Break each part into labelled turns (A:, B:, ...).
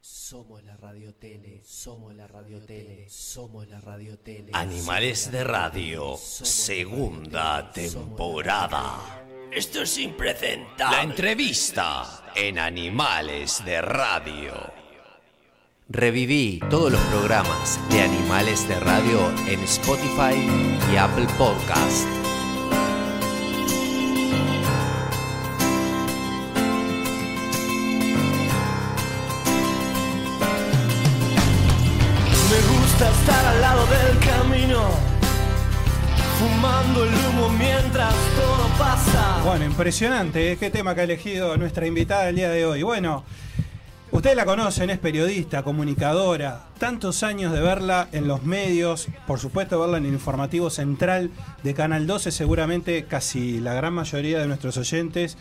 A: Somos la radio tele, somos la radio tele, somos la radio tele.
B: Animales de Radio, segunda temporada. Esto es impresentable. La entrevista en Animales de Radio. Reviví todos los programas de Animales de Radio en Spotify y Apple Podcast.
C: Me gusta estar al lado del camino, fumando el humo mientras todo pasa.
D: Bueno, impresionante, ¿eh? qué tema que ha elegido nuestra invitada el día de hoy. Bueno, ustedes la conocen, es periodista, comunicadora, tantos años de verla en los medios, por supuesto verla en el informativo central de Canal 12, seguramente casi la gran mayoría de nuestros oyentes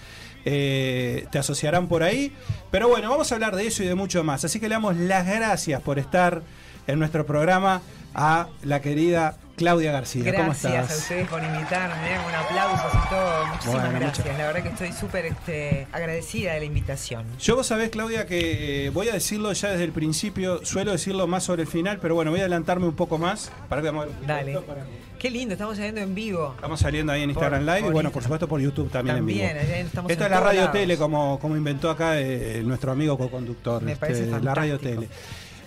D: eh, te asociarán por ahí. Pero bueno, vamos a hablar de eso y de mucho más, así que le damos las gracias por estar en nuestro programa a la querida Claudia García. ¿Cómo
E: Gracias
D: estás?
E: a ustedes por invitarme, ¿eh? un aplauso y todo. Muchísimas
D: Bueno,
E: gracias.
D: muchas-
E: La verdad que estoy súper este, agradecida de la invitación.
D: Yo vos sabés, Claudia, que eh, voy a decirlo ya desde el principio, suelo decirlo más sobre el final, pero bueno, voy a adelantarme un poco más. Para que vamos a ver un poquito
E: Dale.
D: esto, para-
E: Qué lindo, estamos saliendo en vivo.
D: Estamos saliendo ahí en
E: Por-
D: Instagram Live y
E: por
D: bueno,
E: Insta-
D: por supuesto por YouTube también, en
E: También,
D: vivo.
E: eh, estamos
D: Esto
E: en
D: es la
E: todos
D: radio
E: lados.
D: tele, como, como inventó acá eh, nuestro amigo co-conductor. este,
E: Me parece
D: la radio
E: fantástico.
D: tele.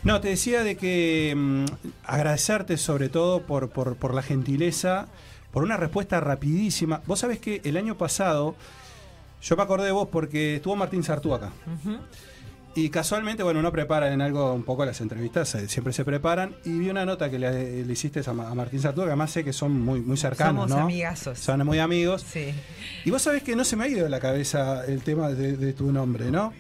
D: No, te decía de que mm, agradecerte sobre todo por, por, por la gentileza, por una respuesta rapidísima. Vos sabés que el año pasado, yo me acordé de vos porque estuvo Martín Sartú acá.
E: Ujú.
D: Y casualmente, bueno, uno prepara en algo un poco las entrevistas, eh, siempre se preparan. Y vi una nota que le, le hiciste a, Ma- a Martín Sartú, que además sé que son muy, muy cercanos,
E: Somos
D: ¿no?
E: amigazos.
D: Son muy amigos.
E: Sí.
D: Y vos sabés que no se me ha ido de la cabeza el tema de, de tu nombre, ¿no?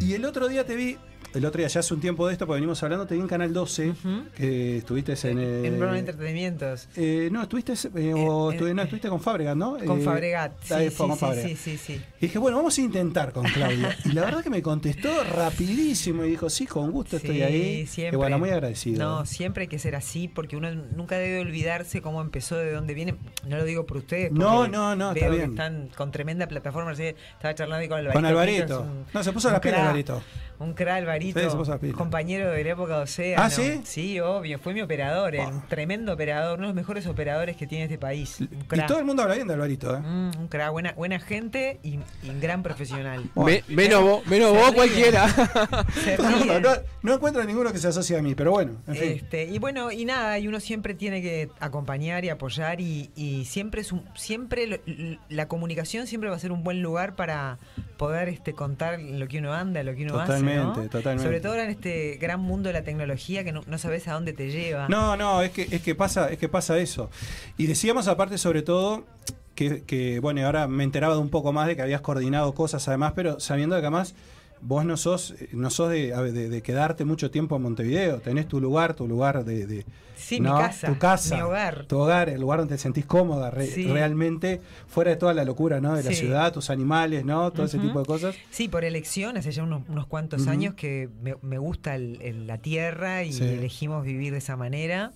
D: Y el otro día te vi, el otro día ya hace un tiempo de esto, porque venimos hablando, te vi en Canal 12,
E: Ujú.
D: que estuviste en...
E: En,
D: eh,
E: Brown Entretenimientos.
D: eh, no, estuviste, eh, o
E: Eh,
D: estu-
E: eh,
D: no, estuviste con Fabregat, ¿no?
E: Con
D: Eh,
E: Fabregat. Sí,
D: ahí
E: sí,
D: fue con
E: sí,
D: Fabregat.
E: sí, sí, sí.
D: Y dije, bueno, vamos a intentar con Claudia. Y la verdad que me contestó rapidísimo y dijo, sí, con gusto estoy
E: Sí,
D: ahí. Y
E: siempre.
D: bueno, muy agradecido. ¿eh?
E: No, siempre hay que ser así porque uno nunca debe olvidarse cómo empezó, de dónde viene. No lo digo por ustedes. porque
D: No, no, no,
E: veo
D: está
E: que
D: bien.
E: están con tremenda plataforma. recién Estaba charlando ahí con Alvarito.
D: Con Alvarito.
E: Pinto, es un-
D: No, se puso
E: un
D: las pilas
E: crack.
D: Alvarito.
E: Un cra Alvarito,
D: Sí, se puso las pilas.
E: compañero de la época de Océano.
D: ¿Ah, sí?
E: Sí, obvio. Fue mi operador, el tremendo operador, uno de los mejores operadores que tiene este país. Un
D: Y
E: cra.
D: todo el mundo habla bien de Alvarito, ¿eh?
E: Mm, un cra, buena, buena gente y, y un gran profesional.
F: Me- menos vos, menos vos cualquiera.
E: Se
D: No,
E: ríen.
D: no, no encuentro ninguno que se asocie a mí, pero bueno, en fin.
E: Este, y bueno, y nada, y uno siempre tiene que acompañar y apoyar y, y siempre es un- siempre lo- l- la comunicación siempre va a ser un buen lugar para poder este contar lo que uno anda, lo que uno hace,
D: Totalmente,
E: ¿no?
D: totalmente.
E: Sobre todo ahora en este gran mundo de la tecnología que no, no sabes a dónde te lleva.
D: No, no, es que, es que pasa, es que pasa eso. Y decíamos aparte sobre todo que, que, bueno, y ahora me enteraba de un poco más de que habías coordinado cosas además, pero sabiendo que además vos no sos, eh, no sos de, a ver, de- de quedarte mucho tiempo en Montevideo, tenés tu lugar, tu lugar de, de-
E: Sí,
D: ¿no?
E: mi casa,
D: tu casa,
E: mi hogar.
D: tu hogar, el lugar donde te sentís cómoda re-
E: Sí.
D: realmente, fuera de toda la locura, ¿no? De la
E: Sí.
D: ciudad, tus animales, ¿no? Todo ese
E: Ujú.
D: tipo de cosas.
E: Sí, por elección, hace ya unos, unos cuantos
D: Ujú.
E: años que me, me gusta el- el- la tierra y
D: Sí.
E: elegimos vivir de esa manera.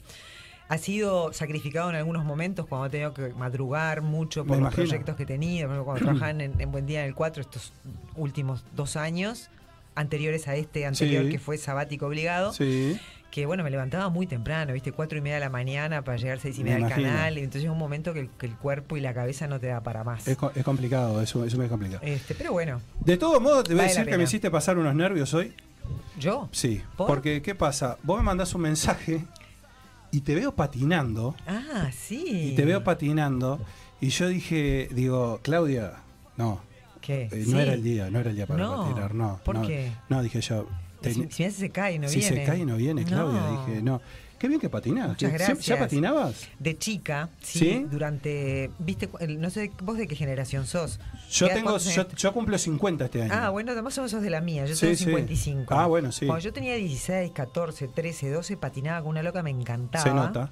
E: Ha sido sacrificado en algunos momentos cuando he tenido que madrugar mucho por
D: Me
E: los
D: imagino.
E: proyectos que tenía, por ejemplo, cuando trabajaban en, en Buen Día en el 4 estos últimos dos años, anteriores a este anterior
D: Sí.
E: que fue sabático obligado
D: Sí.
E: que bueno, me levantaba muy temprano, viste, cuatro y media de la mañana para llegar seis y
D: Me
E: media al
D: imagino.
E: canal, y entonces es un momento que el, que el cuerpo y la cabeza no te da para más.
D: Es, co- es complicado, eso, eso me es complicado.
E: Este, pero bueno,
D: De todo modo, te voy a
E: Vale la
D: decir que
E: pena.
D: me hiciste pasar unos nervios hoy.
E: yo.
D: Sí,
E: ¿Por?
D: porque ¿qué pasa? Vos me mandás un mensaje y te veo patinando,
E: Ah, sí.
D: y te veo patinando, y yo dije, digo, Claudia, no,
E: ¿Qué?
D: eh, no
E: Sí.
D: era el día, no era el día para
E: No,
D: patinar, no.
E: ¿por
D: no,
E: qué?
D: No, dije yo, ten-
E: Si, si me hace se cae, no
D: si
E: viene.
D: se cae no viene, Claudia,
E: No.
D: dije, no. Qué bien que patinás.
E: Muchas
D: ¿Ya- ¿Ya
E: gracias.
D: patinabas?
E: De chica, sí,
D: ¿Sí?
E: durante, viste, cu- el- no sé vos de qué generación sos.
D: Yo
E: ¿Qué-
D: tengo,
E: cuántos
D: yo,
E: años-
D: yo cumplo 50 este año.
E: Ah, bueno, además vos sos de la mía, yo
D: Sí,
E: tengo
D: sí.
E: 55.
D: Ah, bueno, sí.
E: Cuando yo tenía 16, 14, 13, 12, patinaba con una loca, me encantaba.
D: Se nota.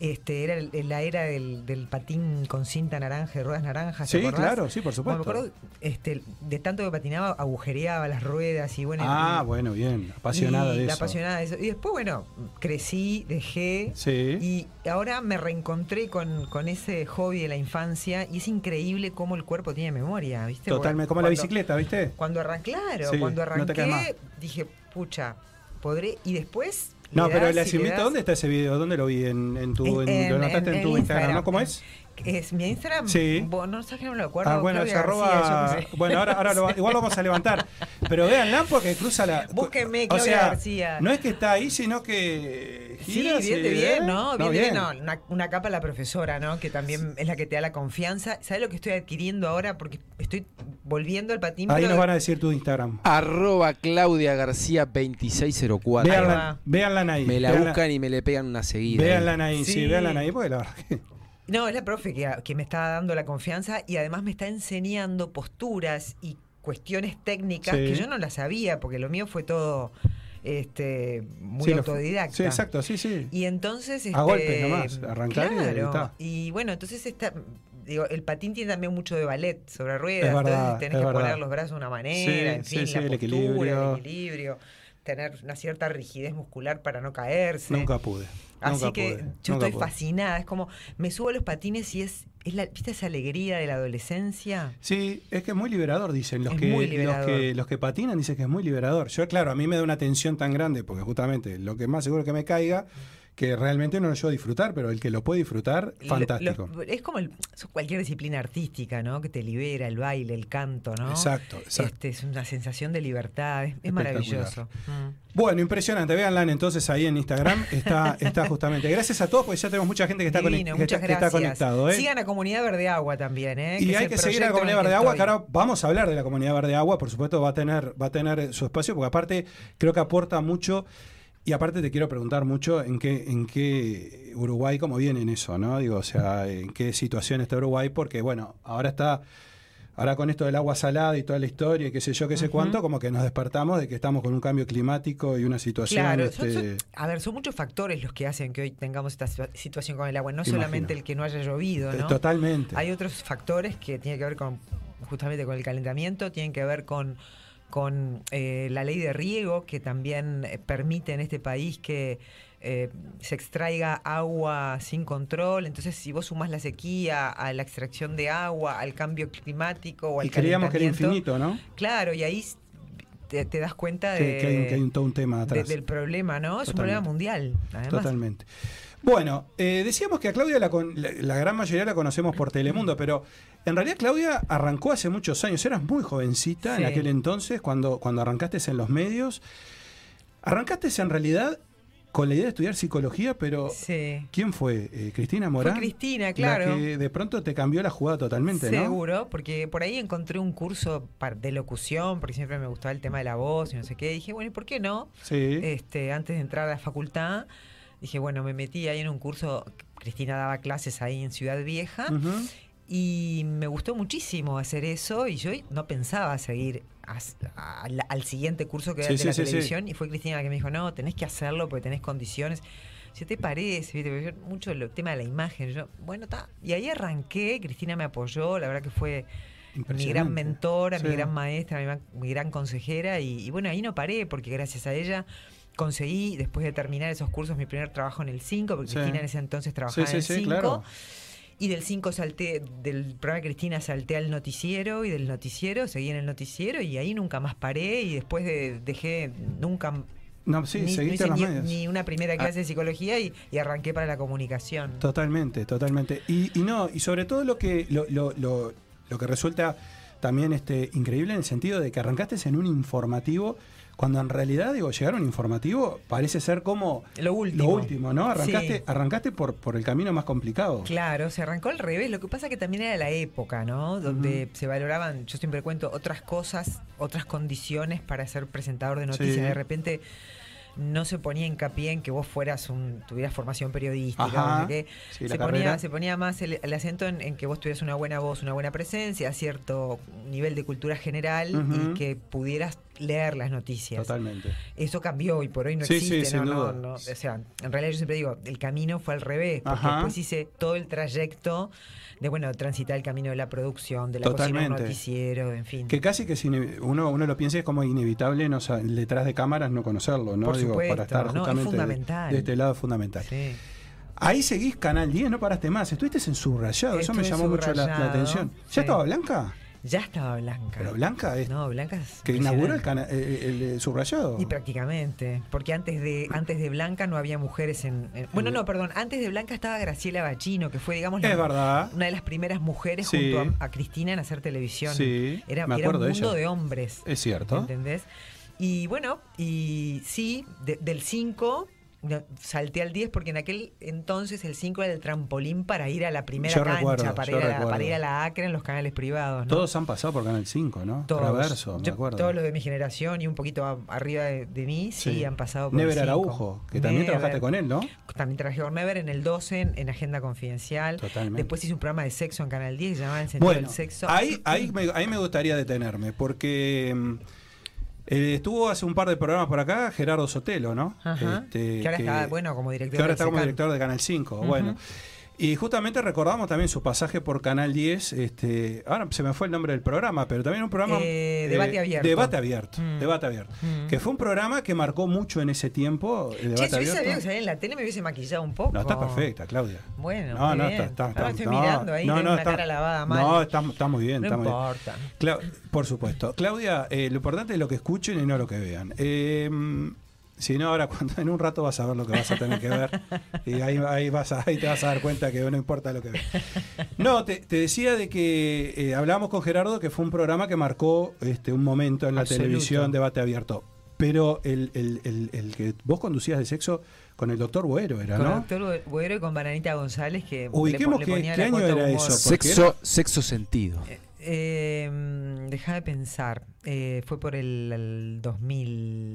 E: Este, era el- la era del, del patín con cinta naranja y ruedas naranjas. Ah, ¿te
D: Sí,
E: acordás?
D: claro, sí, por
E: Bueno,
D: supuesto.
E: me acuerdo, este, de tanto que patinaba, agujereaba las ruedas y bueno. y-
D: Ah, bueno, bien, apasionada
E: y
D: de
E: la
D: eso.
E: apasionada de eso. Y después, bueno, crecí, dejé.
D: Sí.
E: Y ahora me reencontré con, con ese hobby de la infancia y es increíble cómo el cuerpo tiene memoria, ¿viste?
D: Totalmente,
E: Porque
D: como la
E: este, cuando-
D: bicicleta, ¿viste?
E: Cuando arranqué, claro,
D: Sí,
E: cuando
D: no te
E: arranqué,
D: caes más.
E: dije, pucha, podré. Y después. le
D: No, pero
E: das
D: las
E: y le
D: invito.
E: das-
D: ¿Dónde está ese video? ¿Dónde lo vi? ¿En, en tu, en- ¿Lo notaste en,
E: en
D: tu Instagram, no? ¿Cómo
E: en-
D: es?
E: ¿Es mi Instagram?
D: Sí.
E: Vos no sabes que no me lo acuerdo.
D: Ah, bueno,
E: Claudia
D: se arroba.
E: García, yo qué sé.
D: Bueno, ahora, ahora lo va- igual lo vamos a levantar. Pero véanla porque cruza la.
E: Búsquenme,
D: o
E: Claudia
D: sea,
E: García.
D: No es que está ahí, sino que.
E: Sí,
D: gira,
E: bien,
D: se-
E: de bien, ¿no? Bien, de bien, no,
D: ¿eh? bien.
E: una, una capa la profesora, ¿no? Que también es la que te da la confianza. ¿Sabes lo que estoy adquiriendo ahora? Porque estoy volviendo al patín.
D: Ahí
E: pero-
D: nos van a decir tu Instagram.
E: Ah,
F: Arroba Claudia García 2604.
E: Ahí va.
D: Véanla, véanla ahí.
F: Me la
D: véanla-
F: buscan y me le pegan una seguida.
D: Véanla ahí, sí,
E: Sí.
D: véanla ahí, porque la verdad que-
E: No, es la profe que, que me está dando la confianza y además me está enseñando posturas y cuestiones técnicas
D: Sí.
E: que yo no las sabía porque lo mío fue todo este, muy
D: sí, lo-
E: autodidacta.
D: Sí, exacto, sí, sí.
E: Y entonces...
D: A golpes nomás,
E: este,
D: arrancar y
E: claro,
D: está.
E: Y bueno, entonces está, digo, el patín tiene también mucho de ballet sobre ruedas,
D: Es verdad,
E: entonces tenés
D: es
E: que
D: verdad.
E: poner los brazos de una manera,
D: Sí,
E: en
D: sí,
E: fin,
D: sí,
E: la
D: el
E: postura,
D: equilibrio.
E: el equilibrio, tener una cierta rigidez muscular para no caerse.
D: Nunca pude.
E: Así
D: nunca
E: que
D: pude,
E: yo
D: nunca
E: estoy
D: pude.
E: fascinada. Es como, me subo a los patines y es, es la, ¿viste esa alegría de la adolescencia?
D: Sí, es que es muy liberador, dicen los
E: Es
D: que,
E: muy
D: los
E: liberador.
D: que los que patinan dicen que es muy liberador. Yo, claro, a mí me da una tensión tan grande, porque justamente lo que más seguro que me caiga, que realmente no lo llevo a disfrutar, pero el que lo puede disfrutar,
E: Lo-
D: fantástico.
E: los- es como el- eso es cualquier disciplina artística, ¿no? Que te libera el baile, el canto, ¿no?
D: Exacto, exacto.
E: Este, es una sensación de libertad, es, es maravilloso. Mm.
D: Bueno, impresionante. Véanla entonces ahí en Instagram. Está, está justamente. Gracias a todos, porque ya tenemos mucha gente que está, conect-
E: Mm. Divino,
D: que
E: muchas
D: está- que está
E: gracias.
D: conectado. ¿eh?
E: Sigan a Comunidad Verde Agua también, ¿eh?
D: Y
E: es
D: hay
E: el
D: que seguir a la
E: proyecto en el
D: comunidad
E: que
D: verde agua, que
E: estoy.
D: ahora vamos a hablar de la comunidad verde agua, por supuesto va a tener, va a tener su espacio, porque aparte creo que aporta mucho, y aparte te quiero preguntar mucho en qué, en qué Uruguay, cómo viene en eso, ¿no? Digo, o sea, en qué situación está Uruguay, porque bueno, ahora está, ahora con esto del agua salada y toda la historia y qué sé yo, qué sé cuánto, como que nos despertamos de que estamos con un cambio climático y una situación
E: Claro, son-
D: este,
E: son- a ver, son muchos factores los que hacen que hoy tengamos esta situa- situación con el agua, no
D: Imagino.
E: solamente el que no haya llovido,
D: eh,
E: ¿no?
D: totalmente.
E: Hay otros factores que tienen que ver con justamente con el calentamiento, tienen que ver con, con eh, la ley de riego, que también eh, permite en este país que eh, se extraiga agua sin control. Entonces, si vos sumás la sequía a la extracción de agua, al cambio climático o al
D: y creíamos que era
E: calentamiento,
D: infinito, ¿no?
E: Claro, y ahí s- te, te das cuenta de,
D: que, que hay, un- que hay un, todo un tema
E: eh, de-
D: atrás.
E: del problema, ¿no? Es un problema
D: Totalmente.
E: mundial, además.
D: Totalmente. Bueno, eh, decíamos que a Claudia la, con- la- la gran mayoría la conocemos por Telemundo, pero en realidad Claudia arrancó hace muchos años. Eras muy jovencita en
E: Sí.
D: aquel entonces, cuando, cuando arrancaste en los medios. Arrancaste en realidad con la idea de estudiar psicología, pero
E: Sí.
D: ¿quién fue? Eh, ¿Cristina Morán?
E: Fue Cristina,
D: La
E: claro.
D: que de pronto te cambió la jugada totalmente, ¿no?
E: Seguro, porque por ahí encontré un curso par- de locución, porque siempre me gustaba el tema de la voz y no sé qué. Y dije, bueno, ¿y por qué no?
D: Sí.
E: Este, antes de entrar a la facultad, dije, bueno, me metí ahí en un curso. Cristina daba clases ahí en Ciudad Vieja
D: Ujú.
E: y me gustó muchísimo hacer eso y yo no pensaba seguir as- al, al siguiente curso que era
D: Sí,
E: el de
D: sí,
E: la
D: sí, sí.
E: televisión y fue Cristina la que me dijo, no, tenés que hacerlo porque tenés condiciones. Si te parece, ¿viste? Porque yo- mucho el tema de la imagen. Yo, bueno, está. Y ahí arranqué, Cristina me apoyó, la verdad que fue mi
D: Impresionante.
E: gran mentora,
D: Sí.
E: mi gran maestra, mi gran, mi gran consejera y, y bueno, ahí no paré porque gracias a ella conseguí, después de terminar esos cursos, mi primer trabajo en el 5, porque
D: Sí.
E: Cristina en ese entonces
D: Sí,
E: trabajaba
D: sí,
E: en el
D: sí,
E: 5.
D: claro.
E: Y del 5 salté, del programa de Cristina salté al noticiero y del noticiero seguí en el noticiero y ahí nunca más paré y después de- dejé nunca
D: No, sí,
E: ni, no
D: seguiste
E: hice
D: los
E: ni-
D: medios.
E: ni una
D: Ah.
E: primera clase de psicología y, y arranqué para la comunicación.
D: Totalmente, totalmente. Y, y no, y sobre todo lo que lo, lo- lo- lo que resulta también este, increíble en el sentido de que arrancaste en un informativo, cuando en realidad, digo, llegar a un informativo parece ser como
E: Lo último.
D: lo último, ¿no? Arrancaste,
E: Sí.
D: arrancaste por, por el camino más complicado.
E: Claro, se arrancó al revés. Lo que pasa que también era la época, ¿no? Donde se valoraban, yo siempre cuento, otras cosas, otras condiciones para ser presentador de noticias.
D: Sí.
E: De repente no se ponía hincapié en que vos fueras un, tuvieras formación periodística,
D: Ajá.
E: no sé qué.
D: Sí, la
E: se,
D: carrera.
E: ponía, se ponía más el, el acento en, en que vos tuvieras una buena voz, una buena presencia, cierto nivel de cultura general
D: Ujú.
E: y que pudieras leer las noticias
D: Totalmente.
E: eso cambió y por hoy no
D: Sí, sí,
E: existe.
D: sin
E: no, no,
D: duda.
E: no. O sea, en realidad yo siempre digo, el camino fue al revés, porque
D: Ajá.
E: después hice todo el trayecto de, bueno, transitar el camino de la producción, de la cocina
D: Totalmente.
E: de un noticiero, en fin.
D: Que casi que si uno, uno lo piensa es como inevitable no, sa- detrás de cámaras no conocerlo, ¿no?
E: Por
D: digo,
E: supuesto,
D: para estar
E: no, es
D: justamente de-
E: fundamental.
D: de este lado es fundamental.
E: Sí.
D: Ahí seguís Canal 10, no paraste más. Estuviste en subrayado, eso me
E: Estuve en
D: llamó mucho la- la,
E: Subrayado,
D: atención. ¿Ya
E: sí.
D: estaba blanca?
E: Ya estaba Blanca.
D: Pero Blanca es
E: No, Blanca es
D: que inauguró el,
E: impresionante.
D: cana- eh, el, eh, subrayado.
E: Y prácticamente, porque antes de antes de Blanca no había mujeres en, en- bueno no perdón antes de Blanca estaba Graciela Bachino que fue digamos la-
D: Es verdad.
E: una de las primeras mujeres
D: Sí.
E: junto a, a Cristina en hacer televisión
D: Sí,
E: era,
D: me
E: era
D: acuerdo de
E: un mundo
D: ella.
E: de hombres
D: Es cierto.
E: ¿entendés? y bueno y sí de- del 5 no, salté al 10 porque en aquel entonces el 5 era el trampolín para ir a la primera
D: Yo
E: cancha
D: recuerdo,
E: para,
D: yo
E: ir a la,
D: recuerdo.
E: para ir a la Acre en los canales privados ¿no?
D: Todos han pasado por Canal 5, ¿no?
E: Todos.
D: Traverso, me
E: Yo-
D: acuerdo.
E: Todos los de mi generación y un poquito a- arriba de, de mí, sí,
D: Sí.
E: han pasado por
D: Never
E: el cinco.
D: Araujo, que también
E: Never.
D: trabajaste con él, ¿no?
E: También trabajé con Never en el 12, en, en Agenda Confidencial.
D: Totalmente.
E: Después hice un programa de sexo en Canal 10 que se llamaba El sentido
D: Bueno,
E: del sexo.
D: ahí, ahí, me, ahí me gustaría detenerme, porque mm, eh, estuvo hace un par de programas por acá Gerardo Sotelo, ¿no?
E: Ajá.
D: Este,
E: que ahora está, bueno, como director
D: que ahora
E: del
D: está como
E: SECAN.
D: director de Canal 5, bueno. Y justamente recordamos también su pasaje por Canal 10, este, ahora se me fue el nombre del programa, pero también un programa...
E: Eh, Debate Abierto.
D: Debate abierto,
E: Mm.
D: debate abierto.
E: Mm.
D: Que fue un programa que marcó mucho en ese tiempo, el
E: Che,
D: debate
E: si hubiese
D: abierto.
E: sabido que Oh. salía en la tele me hubiese maquillado un poco.
D: No, está perfecta, Claudia.
E: Bueno,
D: no,
E: muy
D: no,
E: bien.
D: está, está,
E: Ahora
D: está-
E: estoy
D: no,
E: mirando ahí,
D: no,
E: tengo
D: no,
E: una
D: está-
E: cara lavada mal.
D: No, está, está muy bien,
E: No
D: está muy bien.
E: importa.
D: Clau- por supuesto. Claudia, eh, lo importante es lo que escuchen y no lo que vean. Eh, si no, ahora cuando en un rato vas a ver lo que vas a tener que ver. Y ahí, ahí vas a- ahí te vas a dar cuenta que no importa lo que veas. No, te, te decía de que eh, hablábamos con Gerardo que fue un programa que marcó este, un momento en la
E: Absoluto.
D: televisión, debate abierto. Pero el, el- el- el que vos conducías de sexo con el doctor Boero era,
E: Con
D: ¿no?
E: Doctor Boero y con Bananita González que le pon-
D: Ubiquemos
E: le
D: qué-
E: ponía
D: qué
E: la
D: año
E: cuota de
D: era
E: humor.
D: eso, ¿Por qué
F: Sexo, sexo sentido.
E: Eh, mm, deja de pensar. Eh, fue por el, el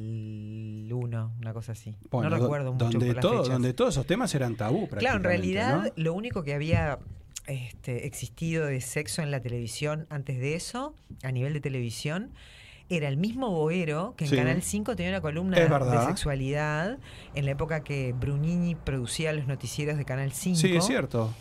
E: 2001, una cosa así.
D: Bueno,
E: no
D: do-
E: recuerdo mucho
D: donde
E: por las
D: todo-
E: fechas.
D: donde todos esos temas eran tabú
E: Claro, en
D: prácticamente,
E: realidad
D: ¿no?
E: lo único que había este, existido de sexo en la televisión antes de eso, a nivel de televisión, era el mismo Boero que en
D: Sí.
E: Canal 5 tenía una columna
D: Es
E: de
D: verdad.
E: sexualidad en la época que Brunini producía los noticieros de Canal 5.
D: Sí, es cierto.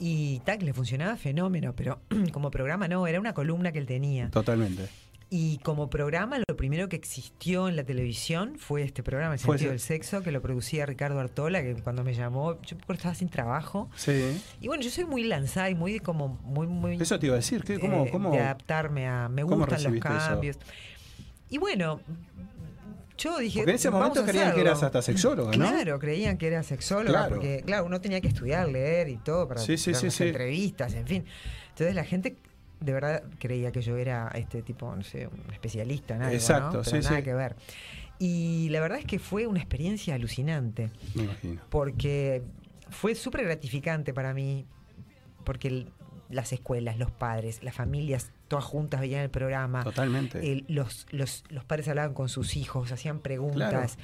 E: Y tac, le funcionaba fenómeno, pero como programa no, era una columna que él tenía.
D: Totalmente.
E: Y como programa, lo primero que existió en la televisión fue este programa, El
D: Fue
E: sentido
D: ese.
E: del sexo, que lo producía Ricardo Artola, que cuando me llamó, yo me acuerdo estaba sin trabajo.
D: Sí.
E: Y bueno, yo soy muy lanzada y muy como muy muy
D: Eso te iba a decir, ¿qué? ¿Cómo-
E: eh,
D: cómo-
E: de adaptarme a me
D: cómo
E: gustan los
D: recibiste eso?
E: cambios. Y bueno, yo dije,
D: Porque en ese
E: "Vamos
D: momento
E: a
D: creían que
E: hacerlo".
D: eras hasta sexóloga, ¿no?
E: Claro, creían que era sexóloga,
D: Claro.
E: porque claro, uno tenía que estudiar, leer y todo para
D: Sí, sí,
E: hacer
D: sí,
E: las
D: sí.
E: entrevistas, en fin. Entonces la gente de verdad creía que yo era este tipo, no sé, un especialista en algo,
D: Exacto,
E: ¿no?
D: sí,
E: Pero nada
D: sí.
E: que ver. Y la verdad es que fue una experiencia alucinante
D: Me imagino.
E: porque fue súper gratificante para mí, porque el- las escuelas, los padres, las familias, todas juntas veían el programa,
D: Totalmente.
E: Ah, el- los, los, los padres hablaban con sus hijos, hacían preguntas,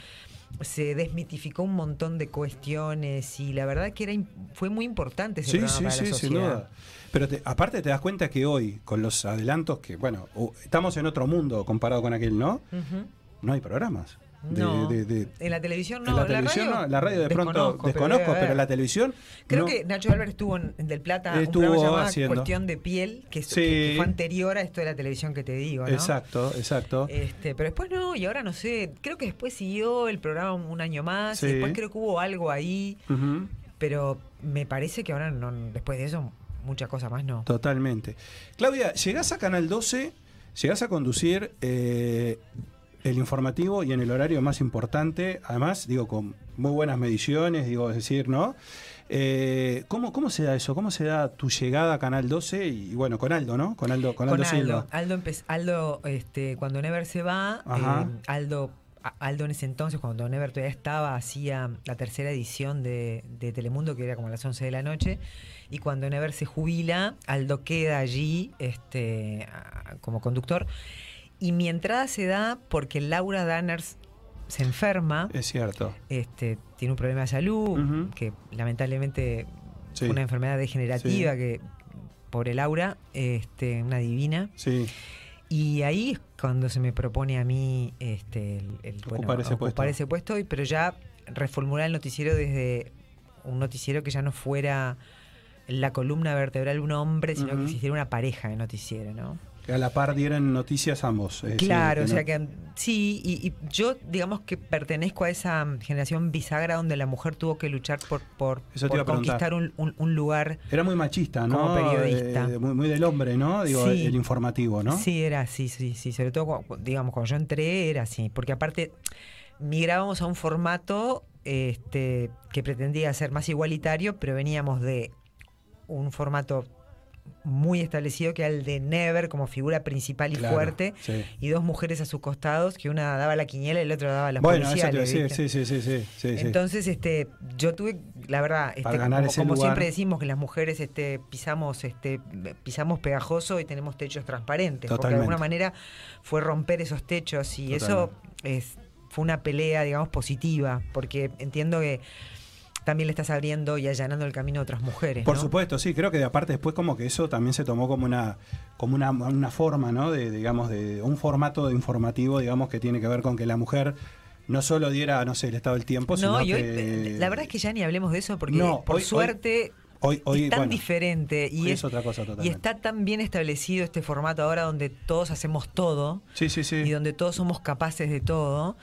E: se desmitificó un montón de cuestiones y la verdad que era im- fue muy importante ese
D: Sí,
E: programa
D: sí,
E: para la
D: sí, sin
E: sociedad.
D: duda. Pero te- aparte te das cuenta que hoy, con los adelantos que, bueno, u- estamos en otro mundo comparado con aquel, ¿no?
E: Ujú.
D: No hay programas. de-
E: No,
D: de- de-
E: en la televisión no,
D: en la, televisión,
E: radio,
D: no, la radio de pronto
E: pero
D: desconozco,
E: debe
D: pero,
E: haber.
D: la televisión.
E: Creo
D: no.
E: que Nacho Álvarez estuvo en en Del Plata
D: Estuvo
E: un programa llamado
D: haciendo.
E: Cuestión de Piel, que, es-
D: Sí.
E: que- que fue anterior a esto de la televisión que te digo, ¿no?
D: Exacto, exacto.
E: Este, pero después no, y ahora no sé, creo que después siguió el programa un año más,
D: Sí.
E: y después creo que hubo algo ahí,
D: Ujú.
E: pero me parece que ahora no, después de eso, mucha cosa más no.
D: Totalmente. Claudia, llegás a Canal 12, llegás a conducir eh, el informativo y en el horario más importante, además, digo, con muy buenas mediciones, digo, es decir, ¿no? Eh, ¿cómo, ¿Cómo se da eso? ¿Cómo se da tu llegada a Canal 12? Y, bueno, con Aldo, ¿no? Con Aldo, con
E: Con
D: Aldo,
E: Aldo,
D: Silva.
E: Aldo, empe- Aldo, este, cuando Never se va,
D: Ajá.
E: eh, Aldo, a- Aldo en ese entonces, cuando Never todavía estaba, hacía la tercera edición de, de Telemundo, que era como a las 11 de la noche, y cuando Never se jubila, Aldo queda allí este, a- como conductor, y mi entrada se da porque Laura Danners se enferma,
D: Es cierto.
E: este, tiene un problema de salud,
D: Eh. Ujú.
E: que lamentablemente
D: Sí.
E: fue una enfermedad degenerativa que, pobre Laura, este, una divina.
D: Sí,
E: Y ahí es cuando se me propone a mí este, el, el, bueno,
D: Ocupar ese puesto.
E: ese puesto, y- pero ya reformular el noticiero desde un noticiero que ya no fuera la columna vertebral un hombre, sino
D: Ujú.
E: que existiera una pareja de noticiero, ¿no?
D: que a la par dieran noticias ambos. es decir,
E: Claro, o
D: no-
E: sea que sí, y, y yo digamos que pertenezco a esa generación bisagra donde la mujer tuvo que luchar por, por,
D: Eso te
E: por
D: iba a preguntar.
E: conquistar un, un- un lugar.
D: Era muy machista, ¿no?
E: Como periodista.
D: Eh, muy, muy del hombre, ¿no? Digo,
E: Sí.
D: el informativo, ¿no?
E: Sí, era así, sí, sí, sobre todo, cu- digamos, cuando yo entré era así, porque aparte migrábamos a un formato este, que pretendía ser más igualitario, pero veníamos de un formato muy establecido que era el de Never como figura principal y
D: Claro,
E: fuerte,
D: sí.
E: y dos mujeres a sus costados, que una daba la quiniela y la otra daba las
D: Bueno, eso te
E: policiales,
D: iba a decir,
E: ¿viste?
D: sí, sí, sí, sí, sí, sí.
E: Entonces, este, yo tuve, la verdad, este,
D: Para ganar
E: como,
D: ese
E: como
D: lugar.
E: siempre decimos que las mujeres este, pisamos, este, pisamos pegajoso y tenemos techos transparentes, porque de
D: Totalmente.
E: alguna manera fue romper esos techos y eso es, fue una pelea, digamos, positiva, porque entiendo que también le estás abriendo y allanando el camino a otras mujeres.
D: Por
E: ¿no?
D: supuesto, sí, creo que de aparte después como que eso también se tomó como una como una, una forma, ¿no? De digamos de un formato de informativo, digamos que tiene que ver con que la mujer no solo diera, no sé, el estado del tiempo, sino
E: No, y hoy,
D: que-
E: la verdad es que ya ni hablemos de eso porque
D: No,
E: por
D: hoy- hoy-
E: suerte
D: hoy- hoy,
E: es tan
D: bueno,
E: diferente y
D: hoy
E: es,
D: es otra cosa
E: y
D: totalmente.
E: está tan bien establecido este formato ahora donde todos hacemos todo
D: Sí, sí, sí.
E: y donde todos somos capaces de todo.